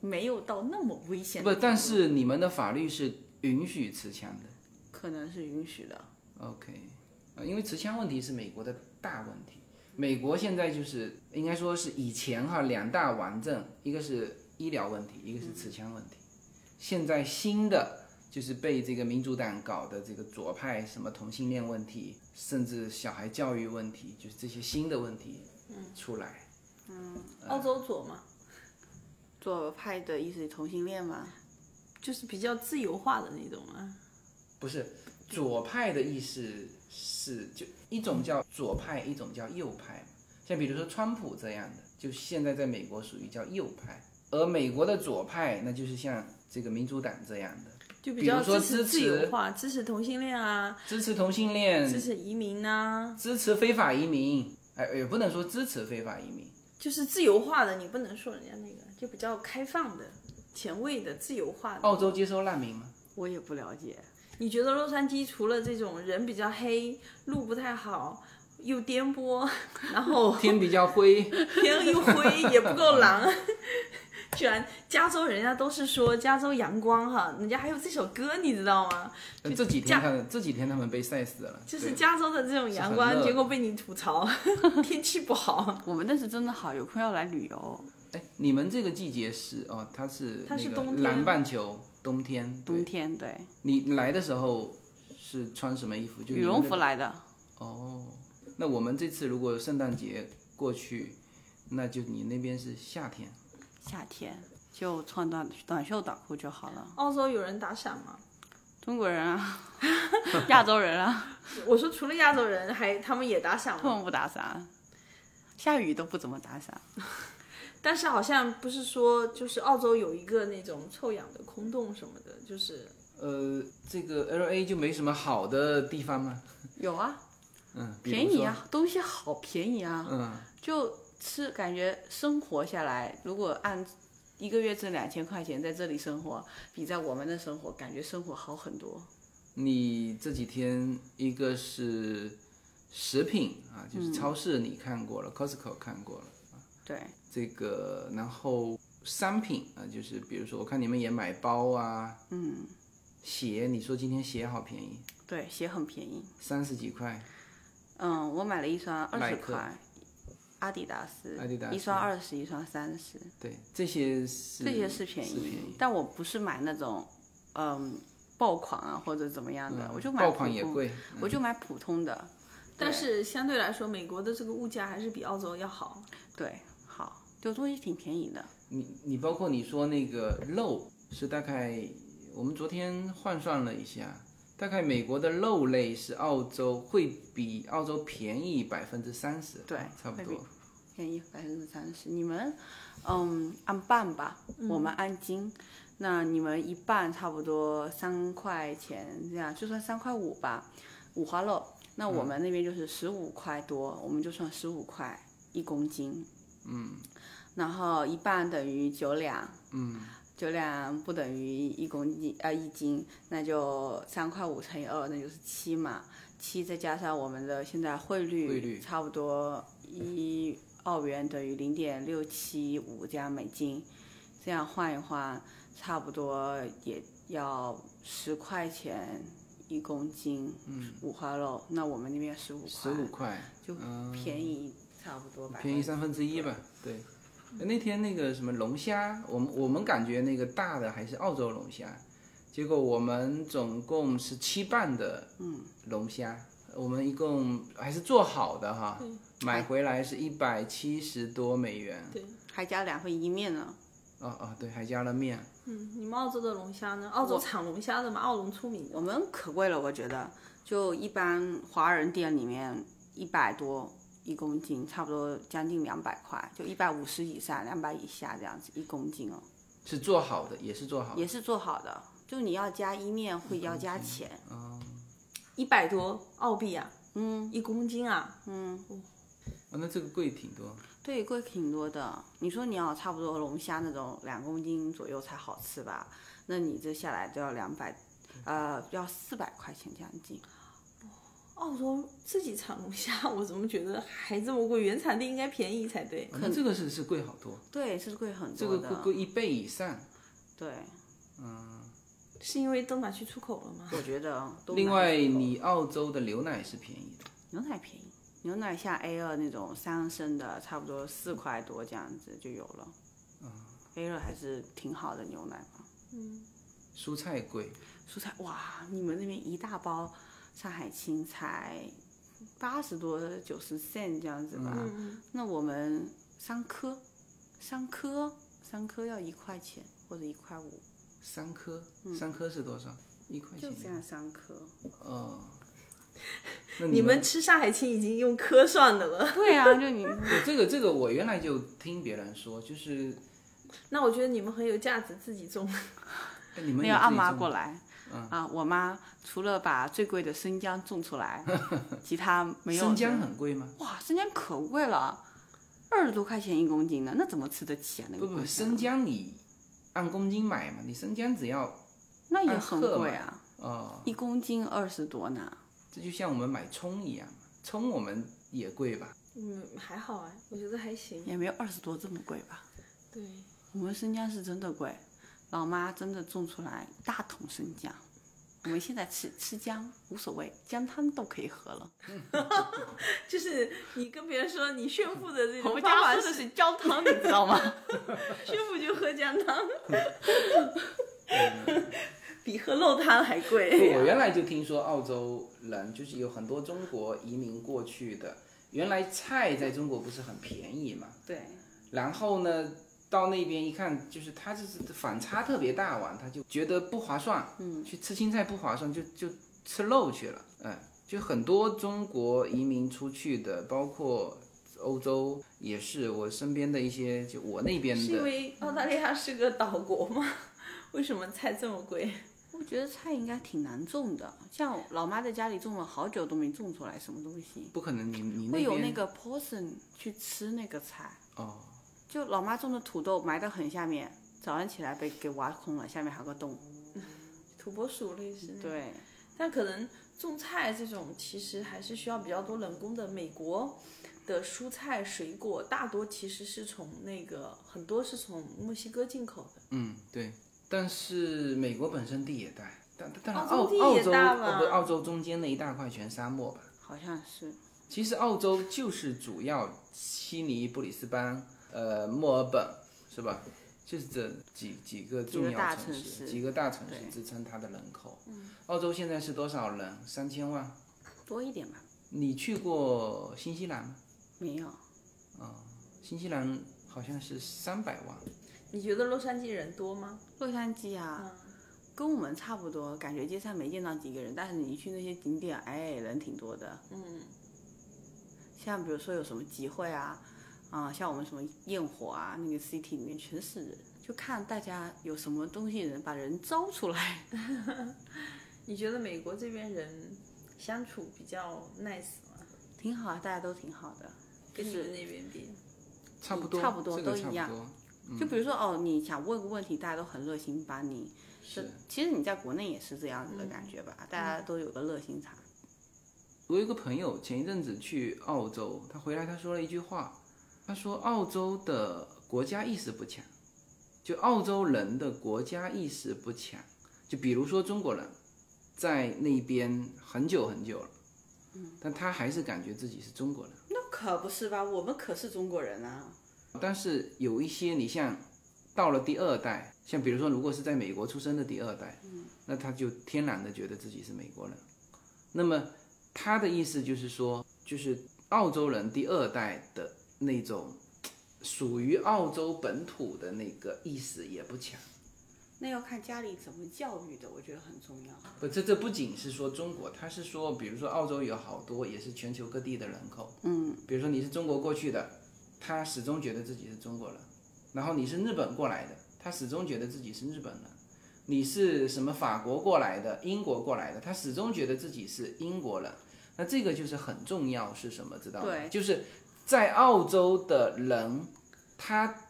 Speaker 3: 没有到那么危险的
Speaker 2: 不，
Speaker 3: 地步。
Speaker 2: 但是你们的法律是允许持枪的。
Speaker 3: 可能是允许的。
Speaker 2: OK，呃因为持枪问题是美国的大问题。美国现在就是应该说是以前哈两大顽症，一个是医疗问题，一个是持枪问题。现在新的就是被这个民主党搞的这个左派什么同性恋问题，甚至小孩教育问题，就是这些新的问题出来。
Speaker 4: 澳洲左嘛，
Speaker 3: 左派的意思是同性恋吗？
Speaker 4: 就是比较自由化的那种啊嘛。
Speaker 2: 不是左派的意思是就一种叫左派，一种叫右派嘛。像比如说川普这样的，就现在在美国属于叫右派，而美国的左派那就是像这个民主党这样的，
Speaker 4: 就比较
Speaker 2: 比如说支持
Speaker 4: 支持嗯自由化，支持同性恋啊，
Speaker 2: 支持同性恋，
Speaker 4: 支持移民啊，
Speaker 2: 支持非法移民，哎，也不能说支持非法移民，
Speaker 4: 就是自由化的，你不能说人家那个，就比较开放的、前卫的、自由化的。
Speaker 2: 澳洲接收难民吗？
Speaker 3: 我也不了解。
Speaker 4: 你觉得洛杉矶除了这种人比较黑、路不太好、又颠簸，然后
Speaker 2: 天比较 灰，
Speaker 4: 天又灰也不够狼，居然加州人家都是说加州阳光哈，人家还有这首歌你知道吗？
Speaker 2: 呃这几天他们这几天他们被晒死了，
Speaker 4: 就是
Speaker 2: 对
Speaker 4: 加州的这种阳
Speaker 2: 是很
Speaker 4: 光，
Speaker 2: 热
Speaker 4: 结果被你吐槽 天气不好，
Speaker 3: 我们那是真的好，有空要来旅游。
Speaker 2: 哎，你们这个季节是哦，它是
Speaker 4: 它是
Speaker 2: 那个
Speaker 4: 冬天
Speaker 2: 南半球冬天，对
Speaker 3: 冬天对，
Speaker 2: 你你来的时候是穿什么衣服？就
Speaker 3: 羽绒
Speaker 2: 你
Speaker 3: 服
Speaker 2: 们
Speaker 3: 来的。
Speaker 2: 那。哦，那我们这次如果圣诞节过去，那就你那边是夏天。
Speaker 3: 夏天就穿短短袖短裤就好了。
Speaker 4: 澳洲有人打伞吗？
Speaker 3: 中国人 啊，亚洲人啊，
Speaker 4: 我说除了亚洲人，还他们也打伞
Speaker 3: 他
Speaker 4: 吗？
Speaker 3: 们不打伞，下雨都不怎么打伞。
Speaker 4: 但是好像不是说就是澳洲有一个那种臭氧的空洞什么的，就是
Speaker 2: 呃，这个 L A 就没什么好的地方吗？
Speaker 3: 有啊，
Speaker 2: 嗯，比如
Speaker 3: 便宜
Speaker 2: 说。
Speaker 3: 啊，东西好便宜啊，
Speaker 2: 嗯，
Speaker 3: 就吃感觉生活下来，如果按一个月挣两千块钱在这里生活，比在我们的生活感觉生活好很多。
Speaker 2: 你这几天一个是食品啊，就是超市你看过了、c
Speaker 3: 嗯
Speaker 2: o s t c o 看过了。
Speaker 3: 对，
Speaker 2: 这个，然后商品啊，就是比如说，我看你们也买包啊，嗯，鞋，你说今天鞋好便宜，
Speaker 3: 对，鞋很便宜。
Speaker 2: 三十几块，
Speaker 3: 嗯，我买了一双二
Speaker 2: 耐
Speaker 3: 十
Speaker 2: 克
Speaker 3: 块，阿迪达斯，
Speaker 2: 阿迪达斯
Speaker 3: 一双二十，一双三十。
Speaker 2: 对，这些是
Speaker 3: 这些是便宜，
Speaker 2: 嗯是便宜，
Speaker 3: 但我不是买那种，嗯，爆款啊或者怎么样的，我就买
Speaker 2: 嗯爆
Speaker 3: 普
Speaker 2: 款也
Speaker 3: 通，
Speaker 2: 贵，嗯
Speaker 3: 我就买普通的。
Speaker 4: 但是相对来说，美国的这个物价还是比澳洲要好。
Speaker 3: 对，好，就东西挺便宜的。
Speaker 2: 你你包括你说那个肉是大概，我们昨天换算了一下，大概美国的肉类是澳洲会比澳洲便宜百分之三十，
Speaker 3: 对
Speaker 2: 差不
Speaker 3: 会比
Speaker 2: 多，
Speaker 3: 便宜百分之三十。你们，嗯，按半吧，我
Speaker 4: 嗯
Speaker 3: 们按斤。那你们一半差不多三块钱这样，就算三块五吧，五花肉。那我们那边就是十五块多，我们就算十五块一公斤。嗯。然后一半等于九两。嗯。九两不等于一公斤，呃，一斤，那就三块五乘以二，那就是七嘛。七再加上我们的现在汇率，
Speaker 2: 汇率
Speaker 3: 差不多一澳元等于零点六七五这样美金，这样换一换，差不多也要十块钱一公斤，嗯，五花肉。那我们那边十五
Speaker 2: 十
Speaker 3: 块，
Speaker 2: 五块，
Speaker 3: 就
Speaker 2: 嗯
Speaker 3: 便宜差不多吧，
Speaker 2: 便宜三分之一吧。对，那天那个什么龙虾，我们我们感觉那个大的还是澳洲龙虾，结果我们总共是七磅的
Speaker 3: 嗯
Speaker 2: 龙虾，我们一共还是做好的哈，买回来是一百七十多美元。
Speaker 4: 对，
Speaker 3: 还加两份一面呢。
Speaker 2: 哦哦，对，还加了面。
Speaker 4: 嗯，你们澳洲的龙虾呢？澳洲产龙虾的嘛，澳龙出名
Speaker 3: 我
Speaker 4: 的。
Speaker 3: 们可贵了，我觉得，就一般华人店里面一百多一公斤，差不多将近两百块，就一百五十以上，两百以下这样子一公斤哦，
Speaker 2: 是做好的，也是做好的
Speaker 3: 也，是做好的，就你要加一面会要
Speaker 2: 嗯
Speaker 3: 加钱，
Speaker 4: 一百多澳币啊，嗯，一公斤啊，
Speaker 2: 哦，那这个贵挺多。
Speaker 3: 对，贵挺多的。你说你要差不多龙虾那种两公斤左右才好吃吧？那你这下来都要两百，呃，要四百块钱将近。
Speaker 4: 澳洲自己产龙虾， 我怎么觉得还这么贵？原产地应该便宜才对。
Speaker 2: 哦那这个是是贵好多，
Speaker 3: 对，是贵很
Speaker 2: 这
Speaker 3: 多
Speaker 2: 个
Speaker 3: 的。
Speaker 2: 贵贵一倍以上。
Speaker 3: 对，
Speaker 4: 是因为都拿去出口了吗？
Speaker 3: 我觉 得都
Speaker 2: 另
Speaker 3: 蛮
Speaker 2: 外，
Speaker 3: 不错
Speaker 2: 你澳洲的牛奶是便宜的。
Speaker 3: 牛奶便宜，牛奶像 A 二那种三升的，差不多四块多这样子就有了。嗯，A 二还是挺好的牛奶嘛。
Speaker 2: 蔬菜贵，
Speaker 3: 蔬菜哇，你们那边一大包上海青才八十多九十 cent 这样子吧？
Speaker 4: 嗯，
Speaker 3: 那我们三颗，三颗，三颗要一块钱或者一块五，
Speaker 2: 三颗，三颗是多少？一块
Speaker 3: 嗯就
Speaker 2: 钱。
Speaker 3: 这样三 颗。
Speaker 2: 哦，那
Speaker 4: 你
Speaker 2: 们
Speaker 4: 们吃上海青已经用颗算的了。
Speaker 3: 对啊，就你
Speaker 2: 对这个这个，我原来就听别人说，就是
Speaker 4: 那我觉得你们很有价值，自己种。
Speaker 2: 哎你们
Speaker 3: 那
Speaker 2: 有
Speaker 3: 要
Speaker 2: 自己
Speaker 3: 按妈
Speaker 2: 种
Speaker 3: 过来。
Speaker 2: 嗯
Speaker 3: 啊，我妈除了把最贵的生姜种出 来，其他没有
Speaker 2: 生
Speaker 3: 的
Speaker 2: 姜很贵吗？
Speaker 3: 哇，生姜可贵了，二十多块钱一公斤呢，那怎么吃得起啊？那个
Speaker 2: 不不，
Speaker 3: 贵
Speaker 2: 生姜你按公斤买嘛，你生姜只要
Speaker 3: 那也
Speaker 2: 按
Speaker 3: 很
Speaker 2: 克
Speaker 3: 贵
Speaker 2: 嘛
Speaker 3: 啊，
Speaker 2: 哦，
Speaker 3: 一公斤二十多呢。
Speaker 2: 这就像我们买葱一样，葱我们也贵吧？
Speaker 4: 嗯，还好啊，我觉得还行。
Speaker 3: 也没有二十多这么贵吧。
Speaker 4: 对，
Speaker 3: 我们生姜是真的贵，老妈真的种出来大桶生姜。我们现在吃吃姜无所谓，姜汤都可以喝了。
Speaker 4: 就是你跟别人说你炫富的这
Speaker 3: 我
Speaker 4: 种
Speaker 3: 们
Speaker 4: 方
Speaker 3: 家
Speaker 4: 法
Speaker 3: 喝
Speaker 4: 是
Speaker 3: 的是姜汤，你知道吗？
Speaker 4: 炫富就喝姜汤，比喝肉汤还贵。
Speaker 2: 我原来就听说澳洲人就是有很多中国移民过去的，原来菜在中国不是很便宜嘛，
Speaker 3: 对，
Speaker 2: 然后呢，到那边一看，就是他就是反差特别大嘛，他就觉得不划算，嗯，去吃青菜不划算，就就吃肉去了，嗯，就很多中国移民出去的，包括欧洲也是，我身边的一些，就我那边
Speaker 4: 是因
Speaker 2: 的，
Speaker 4: 为澳大利亚是个岛国吗？ 为什么菜这么贵？
Speaker 3: 我觉得菜应该挺难种的，像老妈在家里种了好久都没种出来什么东西。
Speaker 2: 不可能你你
Speaker 3: 会
Speaker 2: 那
Speaker 3: 有
Speaker 2: 边
Speaker 3: 那个 person 去吃那个菜，
Speaker 2: 哦，
Speaker 3: 就老妈种的土豆埋得很下面，早上起来被给挖空了，下面还有个洞。
Speaker 4: 土拨鼠类似那种。
Speaker 3: 对，
Speaker 4: 但可能种菜这种其实还是需要比较多人工的。美国的蔬菜水果大多其实是从那个很多是从墨西哥进口的，
Speaker 2: 嗯，对，但是美国本身地也大，但但
Speaker 4: 澳
Speaker 2: 澳
Speaker 4: 洲地
Speaker 2: 澳
Speaker 4: 也
Speaker 2: 洲
Speaker 4: 大
Speaker 2: 哦
Speaker 4: 嘛
Speaker 2: 不澳洲中间那一大块全沙漠吧。
Speaker 3: 好像是。
Speaker 2: 其实澳洲就是主要悉尼、布里斯班、呃墨尔本是吧？就是这几几个重
Speaker 3: 几个
Speaker 2: 要
Speaker 3: 大
Speaker 2: 城
Speaker 3: 城市
Speaker 2: 几个大城市
Speaker 3: 对嗯
Speaker 2: 支撑它的人口。澳洲现在是多少人？三千万。
Speaker 3: 多一点吧，
Speaker 2: 你去过新西兰吗？
Speaker 3: 没有，
Speaker 2: 新西兰好像是三百万。
Speaker 4: 你觉得洛杉矶人多吗？
Speaker 3: 洛杉矶啊，跟我们差不多，感觉街上没见到几个人，但是你去那些景点，哎，人挺多的。
Speaker 4: 嗯，
Speaker 3: 像比如说有什么集会啊，啊、像我们什么焰火啊，那个 city 里面全是人，就看大家有什么东西能把人招出来。
Speaker 4: 你觉得美国这边人相处比较 nice 吗？
Speaker 3: 挺好啊，大家都挺好的。
Speaker 4: 跟你们那边比，
Speaker 2: 差不多，
Speaker 3: 嗯差不多
Speaker 2: 这个
Speaker 3: 都
Speaker 2: 差
Speaker 3: 一
Speaker 2: 不
Speaker 3: 样
Speaker 2: 多，
Speaker 3: 就比如说哦，你想问个问题，大家都很热心帮你。
Speaker 2: 是。
Speaker 3: 其实你在国内也是这样子的感觉吧，大家都有个热心肠。
Speaker 2: 我有一个朋友前一阵子去澳洲，他回来他说了一句话，他说澳洲的国家意识不强，就澳洲人的国家意识不强。就比如说中国人，在那边很久很久了，但他还是感觉自己是中国人。
Speaker 3: 那可不是吧，我们可是中国人啊。
Speaker 2: 但是有一些你像到了第二代，像比如说如果是在美国出生的第二代，那他就天然的觉得自己是美国人。那么他的意思就是说，就是澳洲人第二代的那种属于澳洲本土的那个意识也不强。
Speaker 3: 那要看家里怎么教育的，我觉得很重要。
Speaker 2: 不，这这不仅是说中国，他是说，比如说澳洲有好多也是全球各地的人口，嗯，比如说你是中国过去的，他始终觉得自己是中国人，然后你是日本过来的，他始终觉得自己是日本人，你是什么法国过来的、英国过来的，他始终觉得自己是英国人，那这个就是很重要，是什么？知道吗？
Speaker 3: 对
Speaker 2: 就是在澳洲的人，他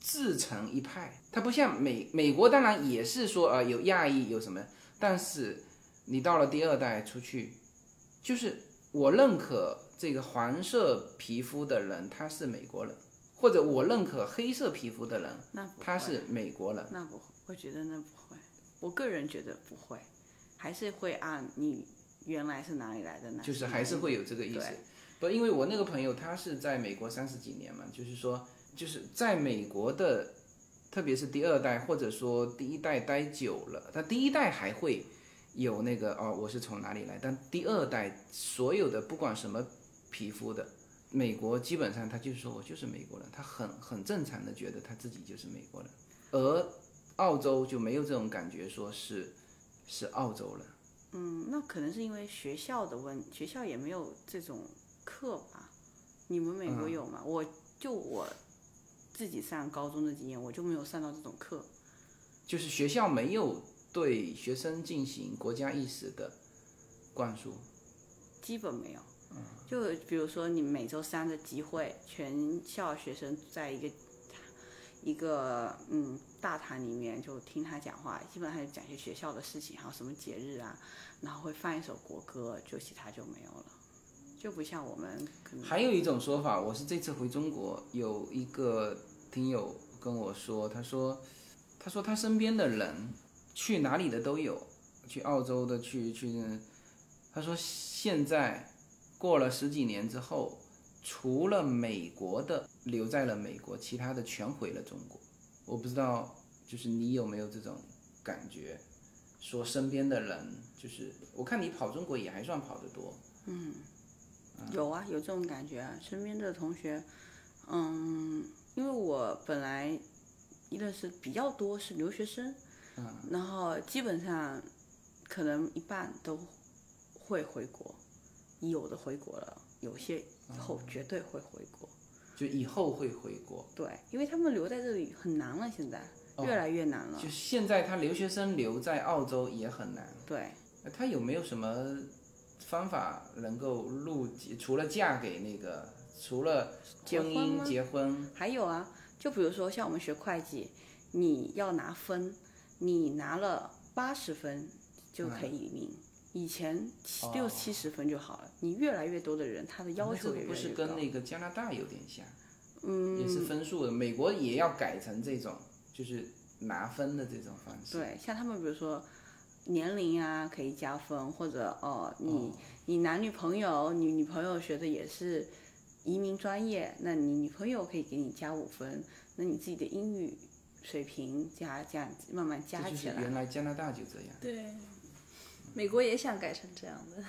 Speaker 2: 自成一派，他不像美美国，当然也是说啊、呃有亚裔有什么，但是你到了第二代出去，就是我认可这个黄色皮肤的人他是美国人，或者我认可黑色皮肤的人
Speaker 3: 那不会
Speaker 2: 他是美国人，
Speaker 3: 那不会，我觉得那不会，我个人觉得不会，还是会按你原来是哪里来的呢？嗯
Speaker 2: 就是还是会有这个意思
Speaker 3: 对。
Speaker 2: 不，因为我那个朋友他是在美国三十几年嘛，就是说，就是在美国的，特别是第二代或者说第一代待久了，他第一代还会有那个哦，我是从哪里来，但第二代所有的不管什么皮肤的，美国基本上他就是说我就是美国人，他很很正常的觉得他自己就是美国人，而澳洲就没有这种感觉，说是是澳洲人。
Speaker 3: 嗯，那可能是因为学校的问，学校也没有这种课吧？你们美
Speaker 2: 嗯
Speaker 3: 国有吗？我就我自己上高中的经验，我就没有上到这种课。
Speaker 2: 就是学校没有对学生进行国家意识的灌输。
Speaker 3: 基本没有。就比如说你每周三的集会，全校学生在一个一个嗯大堂里面就听他讲话，基本上就讲一些学校的事情，还有什么节日啊，然后会放一首国歌，就其他就没有了，就不像我们可能
Speaker 2: 还有一种说法，我是这次回中国，有一个听友跟我说，他说，他说他身边的人去哪里的都有，去澳洲的，去去，他说现在过了十几年之后，除了美国的留在了美国，其他的全回了中国。我不知道，就是你有没有这种感觉？说身边的人，就是我看你跑中国也还算跑得多，
Speaker 3: 有啊，有这种感觉、啊。身边的同学，嗯，因为我本来认识比较多是留学生，嗯，然后基本上可能一半都会回国，有的回国了，有些以后绝对会回国。
Speaker 2: 就以后会回国。
Speaker 3: 对，因为他们留在这里很难了，现在越来越难了。
Speaker 2: 就现在他留学生留在澳洲也很难，
Speaker 3: 对，
Speaker 2: 呃他有没有什么方法能够入籍？除了嫁给那个，除了
Speaker 3: 结
Speaker 2: 婚
Speaker 3: 婚
Speaker 2: 姻
Speaker 3: 吗
Speaker 2: 结婚，
Speaker 3: 还有啊，就比如说像我们学会计，你要拿分，你拿了八十分
Speaker 2: 嗯
Speaker 3: 就可以移民。以前七六七十分就好了，你越来越多的人，他的要
Speaker 2: 哦那这
Speaker 3: 求
Speaker 2: 个
Speaker 3: 也越
Speaker 2: 不
Speaker 3: 来
Speaker 2: 是
Speaker 3: 越高。
Speaker 2: 跟那个加拿大有点像，
Speaker 3: 嗯，
Speaker 2: 也是分数的。美国也要改成这种，就是拿分的这种方式。
Speaker 3: 对，像他们比如说年龄啊可以加分，或者哦你、你男女朋友，你女朋友学的也是移民专业，那你女朋友可以给你加五分，那你自己的英语水平加这样慢慢
Speaker 2: 这
Speaker 3: 加
Speaker 2: 就是
Speaker 3: 起来，
Speaker 2: 原来加拿大就这样，
Speaker 4: 对，美国也想改成这样的。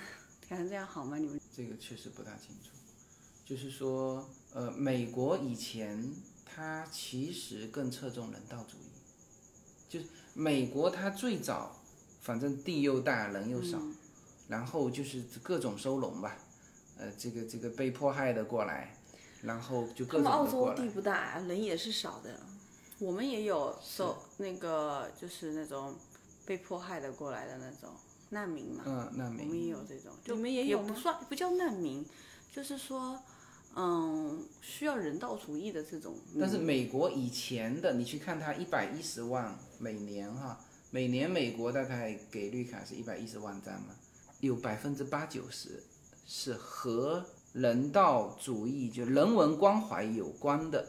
Speaker 3: 感觉这样好吗？你们
Speaker 2: 这个确实不大清楚。就是说，呃，美国以前它其实更侧重人道主义，就是美国它最早，反正地又大人又少，
Speaker 4: 嗯
Speaker 2: 然后就是各种收容吧，呃，这个这个被迫害的过来，然后就
Speaker 4: 他
Speaker 2: 各
Speaker 4: 们
Speaker 2: 种
Speaker 4: 澳
Speaker 2: 的过
Speaker 4: 洲
Speaker 2: 来
Speaker 4: 地。不大啊，人也是少的。
Speaker 3: 我们也有受那个就是那种被迫害的过来的那种难民嘛，
Speaker 2: 嗯，那
Speaker 3: 我
Speaker 2: 没
Speaker 3: 们也有这种，就
Speaker 4: 你们也
Speaker 3: 也
Speaker 4: 有
Speaker 3: 不
Speaker 4: 吗
Speaker 3: 算不叫难民，就是说，嗯，需要人道主义的这种民。
Speaker 2: 但是美国以前的，你去看它一百一十万每年哈，每年美国大概给绿卡是一百一十万张嘛，有百分之八九十是和人道主义就人文关怀有关的，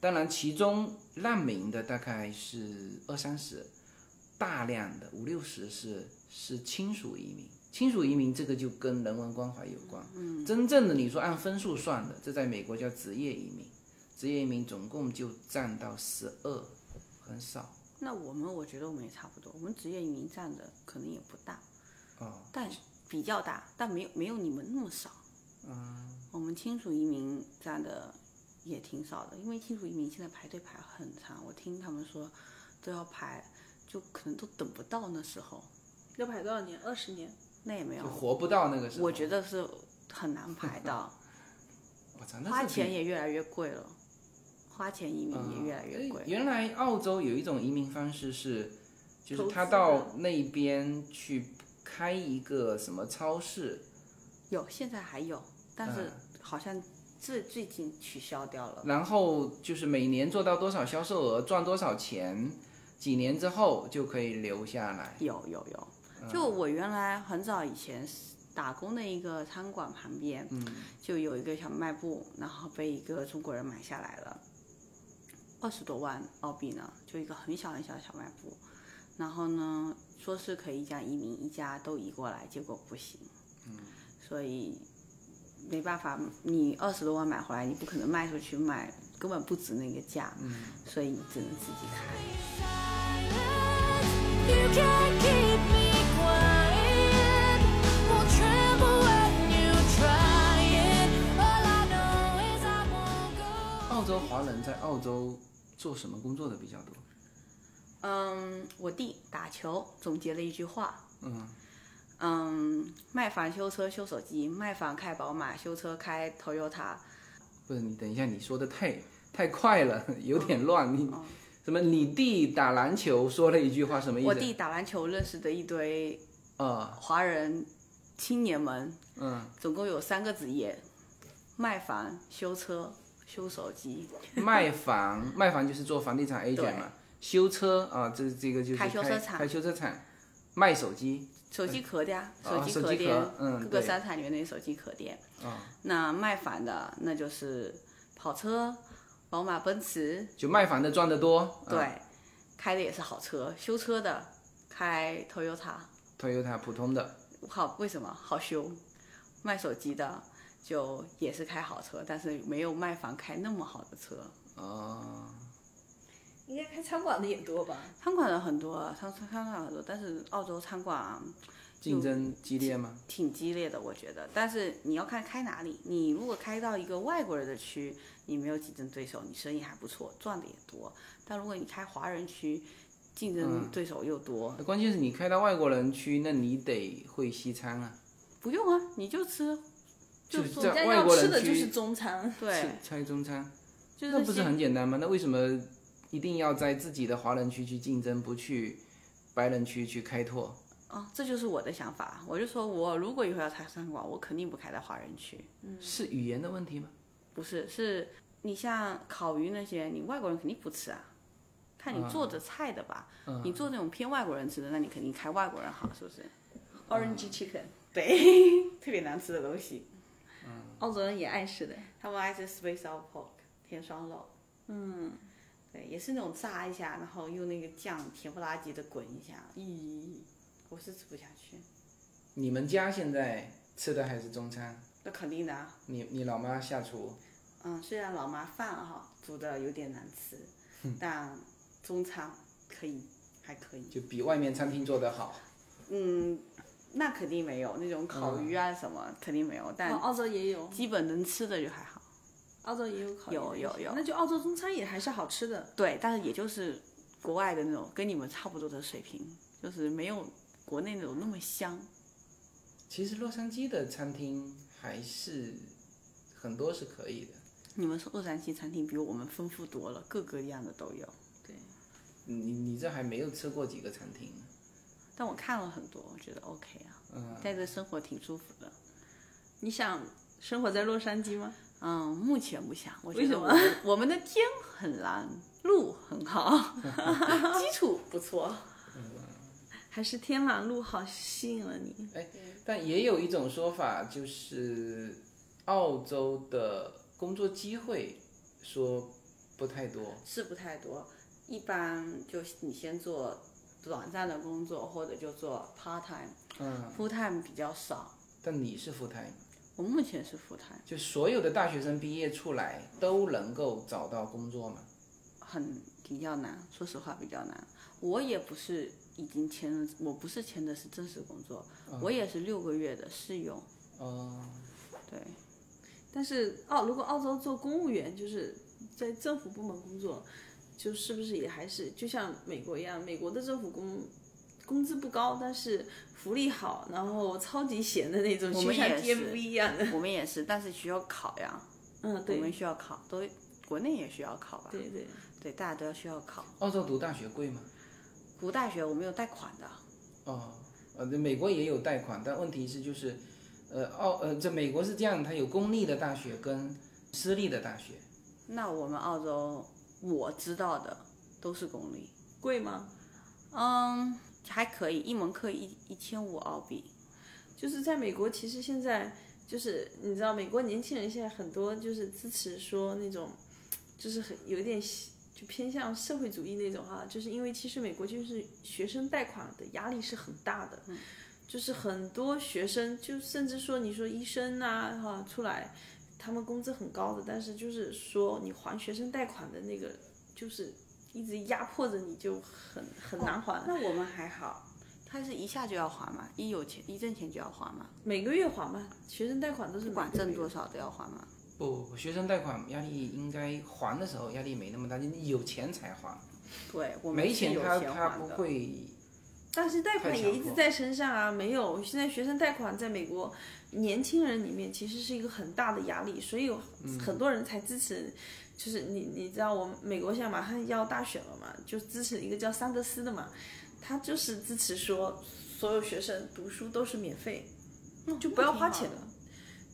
Speaker 2: 当然其中难民的大概是二三十，大量的五六十是是亲属移民。亲属移民这个就跟人文关怀有关，嗯，真正的你说按分数算的，这在美国叫职业移民，职业移民总共就占到十二，很少
Speaker 3: 那我们我觉得我们也差不多，我们职业移民占的可能也不大，
Speaker 2: 哦。
Speaker 3: 但比较大，但没有没有你们那么少。嗯，我们亲属移民占的也挺少的，因为亲属移民现在排队排很长，我听他们说都要排，就可能都等不到那时候，
Speaker 4: 要排多少年？二十年。
Speaker 3: 那也没
Speaker 2: 就
Speaker 3: 有，
Speaker 2: 活不到那个时候。
Speaker 3: 我觉，得是很难排 到。
Speaker 2: 我操，那是
Speaker 3: 花钱
Speaker 2: 比
Speaker 3: 也越嗯来越贵了，花钱移民也越来越贵。
Speaker 2: 嗯原来澳洲有一种移民方式是，就是
Speaker 4: 投资
Speaker 2: 他
Speaker 4: 的
Speaker 2: 到那边去开一个什么超市，
Speaker 3: 有现在还有，但是好像最最近取消掉了。
Speaker 2: 然后就是每年做到多少销售额，赚多少钱，几年之后就可以留下来。
Speaker 3: 有有有，就我原来很早以前是打工的一个餐馆旁边，就有一个小卖部，然后被一个中国人买下来了，二十多万澳币呢，就一个很小很小的小卖部，然后呢说是可以一家移民一家都移过来，结果不行，所以没办法，你二十多万买回来，你不可能卖出去卖，根本不值那个价，所以你只能自己开。
Speaker 1: You can't keep me quiet. Won't tremble when you try it. All I know is I won't go.
Speaker 2: 澳洲华人在澳洲做什么工作的比较多？
Speaker 3: 嗯，我弟打球总结了一句话，嗯嗯，卖房修车修手机，卖房开宝马，修车开 Toyota，
Speaker 2: 不是你等一下，你说的太太快了， 有点乱。
Speaker 3: 哦
Speaker 2: 你什么？你弟打篮球说了一句话，什么意思？
Speaker 3: 我弟打篮球认识的一堆
Speaker 2: 啊、
Speaker 3: 华人青年们，
Speaker 2: 嗯，
Speaker 3: 总共有三个职业：卖房、修车、修手机，
Speaker 2: 卖房， 卖房就是做房地产 agent 嘛，修车啊，这这个就是
Speaker 3: 开
Speaker 2: 开
Speaker 3: 修车厂
Speaker 2: 开修车厂，卖手机，
Speaker 3: 手机壳的呀，
Speaker 2: 啊
Speaker 3: 机
Speaker 2: 手
Speaker 3: 壳
Speaker 2: 机
Speaker 3: 店，
Speaker 2: 壳嗯
Speaker 3: 各个
Speaker 2: 对嗯
Speaker 3: 商场里面的手机壳店。那卖房的那就是跑车，宝马、奔驰，
Speaker 2: 就卖房的赚得多，
Speaker 3: 对，
Speaker 2: 啊、
Speaker 3: 开的也是好车，修车的开 Toyota，
Speaker 2: ，Toyota 普通的，
Speaker 3: 好为什么好修？卖手机的就也是开好车，但是没有卖房开那么好的车。
Speaker 2: 哦，
Speaker 4: 应该开餐馆的也多吧？
Speaker 3: 餐馆的很多，餐餐馆很多，但是澳洲餐馆啊
Speaker 2: 竞争激烈吗？
Speaker 3: 挺激烈的，我觉得。但是你要看开哪里，你如果开到一个外国人的区，你没有竞争对手，你生意还不错，赚的也多。但如果你开华人区，竞争
Speaker 2: 嗯
Speaker 3: 对手又多，
Speaker 2: 关键是你开到外国人区，那你得会西餐啊，
Speaker 3: 不用啊，你就吃，
Speaker 2: 就
Speaker 3: 说
Speaker 2: 在
Speaker 4: 但
Speaker 2: 外
Speaker 4: 要
Speaker 2: 国
Speaker 4: 吃
Speaker 2: 人
Speaker 4: 的就
Speaker 2: 区
Speaker 4: 是中餐，
Speaker 3: 对，
Speaker 2: 吃吃中餐，
Speaker 3: 就是
Speaker 2: 那不是
Speaker 3: 先
Speaker 2: 很简单吗？那为什么一定要在自己的华人区去竞争，不去白人区去开拓？
Speaker 3: 啊，这就是我的想法。我就说我如果以后要开餐馆，我肯定不开在华人区，
Speaker 2: 是语言的问题吗？
Speaker 3: 不是，是你像烤鱼那些，你外国人肯定不吃啊。看你做的菜的吧，你做那种偏外国人吃的，那你肯定开外国人好，是不是？
Speaker 2: 嗯
Speaker 4: Orange Chicken，
Speaker 3: 对， 特别难吃的东西。
Speaker 4: 澳洲人也爱吃的。
Speaker 3: 他们爱吃 space out pork 甜双肉，嗯，对，也是那种炸一下，然后用那个酱甜不拉几的滚一下，咦，我是吃不下去。
Speaker 2: 你们家现在吃的还是中餐？
Speaker 3: 那肯定的啊，
Speaker 2: 你你老妈下厨，
Speaker 3: 嗯，虽然老妈饭哈、煮的有点难吃，但中餐可以，还可以。
Speaker 2: 就比外面餐厅做得好。
Speaker 3: 嗯，那肯定没有那种烤鱼啊什么，肯定没有，但
Speaker 4: 哦澳洲也有，
Speaker 3: 基本能吃的就还好。
Speaker 4: 澳洲也有烤鱼
Speaker 3: 有
Speaker 4: 的
Speaker 3: 有
Speaker 4: 那些
Speaker 3: 有
Speaker 4: 那就澳洲中餐也还是好吃的。
Speaker 3: 对，但是也就是国外的那种跟你们差不多的水平，就是没有国内那种那么香。
Speaker 2: 其实洛杉矶的餐厅还是很多是可以的。
Speaker 3: 你们洛杉矶餐厅比我们丰富多了，各个样的都有。
Speaker 2: 你你这还没有吃过几个餐厅呢？
Speaker 3: 但我看了很多，我觉得 OK 啊，在这生活挺舒服的。
Speaker 4: 你想生活在洛杉矶吗？
Speaker 3: 嗯，目前不想，我觉
Speaker 4: 为
Speaker 3: 得
Speaker 4: 什么
Speaker 3: 我们我们的天很蓝，路很 好，基础不错。
Speaker 4: 还是天马路好吸引了你？
Speaker 2: 但也有一种说法，就是澳洲的工作机会说不太多。
Speaker 3: 是不太多，一般就你先做短暂的工作，或者就做 part time，
Speaker 2: 嗯，
Speaker 3: full time 比较少。
Speaker 2: 但你是 full time，
Speaker 3: 我目前是 full time，
Speaker 2: 就所有的大学生毕业出来都能够找到工作吗？
Speaker 3: 很比较难，说实话比较难。我也不是已经签了，我不是签的是正式工作，
Speaker 4: 嗯
Speaker 3: 我也是六个月的试用。
Speaker 2: 哦、
Speaker 3: 对，
Speaker 4: 但是澳、如果澳洲做公务员，就是在政府部门工作，就是不是也还是就像美国一样，美国的政府工工资不高，但是福利好，然后超级闲的那种，
Speaker 3: 我
Speaker 4: 就
Speaker 3: 们
Speaker 4: 像
Speaker 3: 也是
Speaker 4: TFB 一样的。
Speaker 3: 我们也是，但是需要考呀，
Speaker 4: 嗯，
Speaker 3: 我
Speaker 4: 对
Speaker 3: 们需要考，都国内也需要考吧？
Speaker 4: 对对，
Speaker 3: 对，大家都要需要考。
Speaker 2: 澳洲读大学贵吗？
Speaker 3: 读大学我们有贷款的，
Speaker 2: 哦，呃，美国也有贷款，但问题是就是，呃，澳呃，这美国是这样，它有公立的大学跟私立的大学，
Speaker 3: 那我们澳洲我知道的都是公立，
Speaker 4: 贵吗？
Speaker 3: 嗯，还可以，一门课一一千五澳币，
Speaker 4: 就是在美国，其实现在就是你知道，美国年轻人现在很多就是支持说那种，就是很有一点喜就偏向社会主义那种哈、就是因为其实美国就是学生贷款的压力是很大的，
Speaker 3: 嗯
Speaker 4: 就是很多学生就甚至说你说医生呐、哈、出来，他们工资很高的，但是就是说你还学生贷款的那个就是。一直压迫着你就很很难还，
Speaker 3: 那我们还好，他是一下就要还嘛，一有钱一挣钱就要还嘛，
Speaker 4: 每个月还吧，学生贷款都是
Speaker 3: 不管
Speaker 4: 每个
Speaker 3: 挣
Speaker 4: 月
Speaker 3: 多少都要还嘛。
Speaker 2: 不不不，学生贷款压力应该还的时候压力没那么大，你有钱才还，
Speaker 3: 对，我们
Speaker 2: 没
Speaker 3: 是有
Speaker 2: 他
Speaker 3: 钱
Speaker 2: 他不
Speaker 3: 还的。
Speaker 2: 会。
Speaker 4: 但是贷
Speaker 2: 太
Speaker 4: 款
Speaker 2: 强
Speaker 4: 也一直
Speaker 2: 迫
Speaker 4: 在身上啊，没有。现在学生贷款在美国年轻人里面其实是一个很大的压力，所以有
Speaker 2: 嗯
Speaker 4: 很多人才支持。就是你你知道，我们美国现在马上要大选了嘛，就支持一个叫桑德斯的嘛，他就是支持说所有学生读书都是免费，就不要花钱了。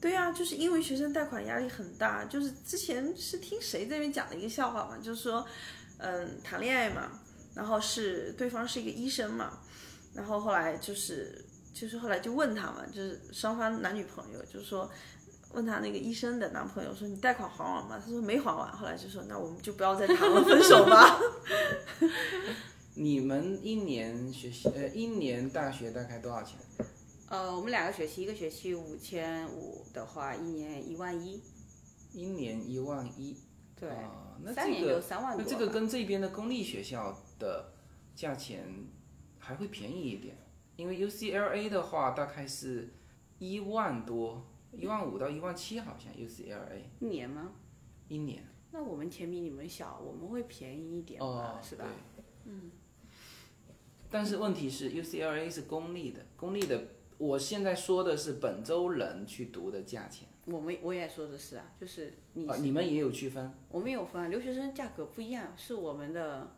Speaker 4: 对呀、就是因为学生贷款压力很大。就是之前是听谁这边讲的一个笑话嘛，就是说，嗯，谈恋爱嘛，然后是对方是一个医生嘛，然后后来就是就是后来就问他嘛，就是双方男女朋友，就是说问他那个医生的男朋友说你贷款还完吗？他说没还完，后来就说那我们就不要再谈了，分手吧。
Speaker 2: 你们一年学习，呃，一年大学大概多少钱？
Speaker 3: 呃，我们两个学期，一个学期五千五的话，一年一万一，
Speaker 2: 一年一万一。
Speaker 3: 对，
Speaker 2: 啊那
Speaker 3: 三
Speaker 2: 这
Speaker 3: 年就
Speaker 2: 个
Speaker 3: 三万
Speaker 2: 那
Speaker 3: 多吧。
Speaker 2: 这个跟这边的公立学校的价钱还会便宜一点，因为 UCLA 的话大概是一万多，一万五到一万七，好像 UCLA
Speaker 3: 一年吗？
Speaker 2: 一年。
Speaker 3: 那我们钱比你们小，我们会便宜一点吧，
Speaker 2: 哦，
Speaker 3: 是吧
Speaker 2: 对？但是问题是，UCLA 是公立的，公立的，我现在说的是本州人去读的价钱
Speaker 3: 我们我也说的是啊，就是你、
Speaker 2: 啊，你们也有区分
Speaker 3: 我们有分啊留学生价格不一样，是我们的，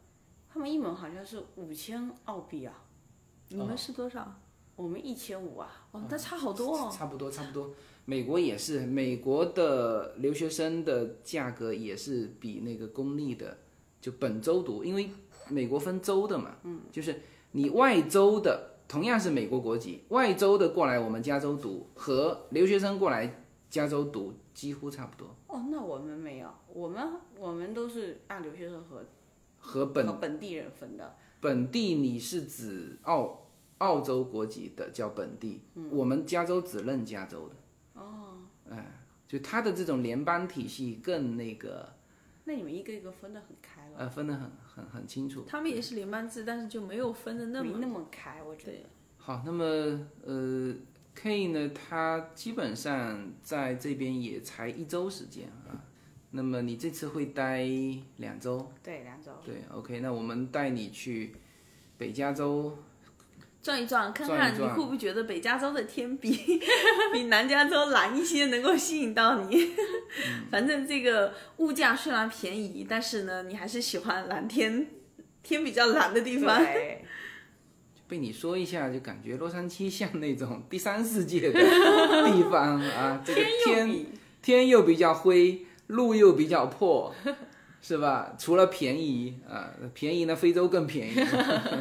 Speaker 3: 他们一门好像是五千澳币啊，
Speaker 4: 你们是多少？
Speaker 3: 我们一千五啊，
Speaker 4: 哦，那差好多哦。
Speaker 2: 差不多，差不多。美国也是，美国的留学生的价格也是比那个公立的，就本州读，因为美国分州的嘛，嗯，就是你外州的同样是美国国籍，外州的过来我们加州读和留学生过来加州读几乎差不多，
Speaker 3: 哦，那我们没有，我们我们都是按留学生和
Speaker 2: 和本
Speaker 3: 和本地人分的，
Speaker 2: 本地你是指澳澳洲国籍的叫本地，
Speaker 4: 嗯
Speaker 2: 我们加州只认加州的。哦，哎，就它的这种联邦体系更那个，
Speaker 3: 那你们一个一个分得很开了，
Speaker 2: 呃，分得很很很清楚。
Speaker 4: 他们也是联班制，但是就没有分的那
Speaker 3: 没
Speaker 4: 么
Speaker 3: 那么开，我觉得。
Speaker 2: 好，那么呃，K 呢，他基本上在这边也才一周时间啊。那么你这次会待两周，
Speaker 3: 对，两周。
Speaker 2: 对，OK，那我们带你去北加州
Speaker 4: 转一转，看
Speaker 2: 转
Speaker 4: 看
Speaker 2: 一
Speaker 4: 你
Speaker 2: 转
Speaker 4: 会不会觉得北加州的天比 比南加州蓝一些，能够吸引到你。
Speaker 2: 嗯
Speaker 4: 反正这个物价虽然便宜，但是呢，你还是喜欢蓝天，天比较蓝的地方。
Speaker 3: 对，
Speaker 2: 被你说一下，就感觉洛杉矶像那种第三世界的地方啊，这个天天又比较灰，路又比较破，是吧？除了便宜啊，便宜呢，非洲更便宜。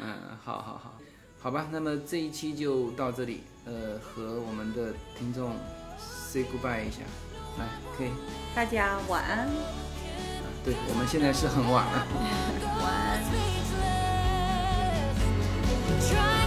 Speaker 2: 嗯，好好好，好吧，那么这一期就到这里，呃，和我们的听众 say goodbye 一下，来，可以，
Speaker 3: 大家晚安。
Speaker 2: 啊对我们现在是很晚了。
Speaker 1: Try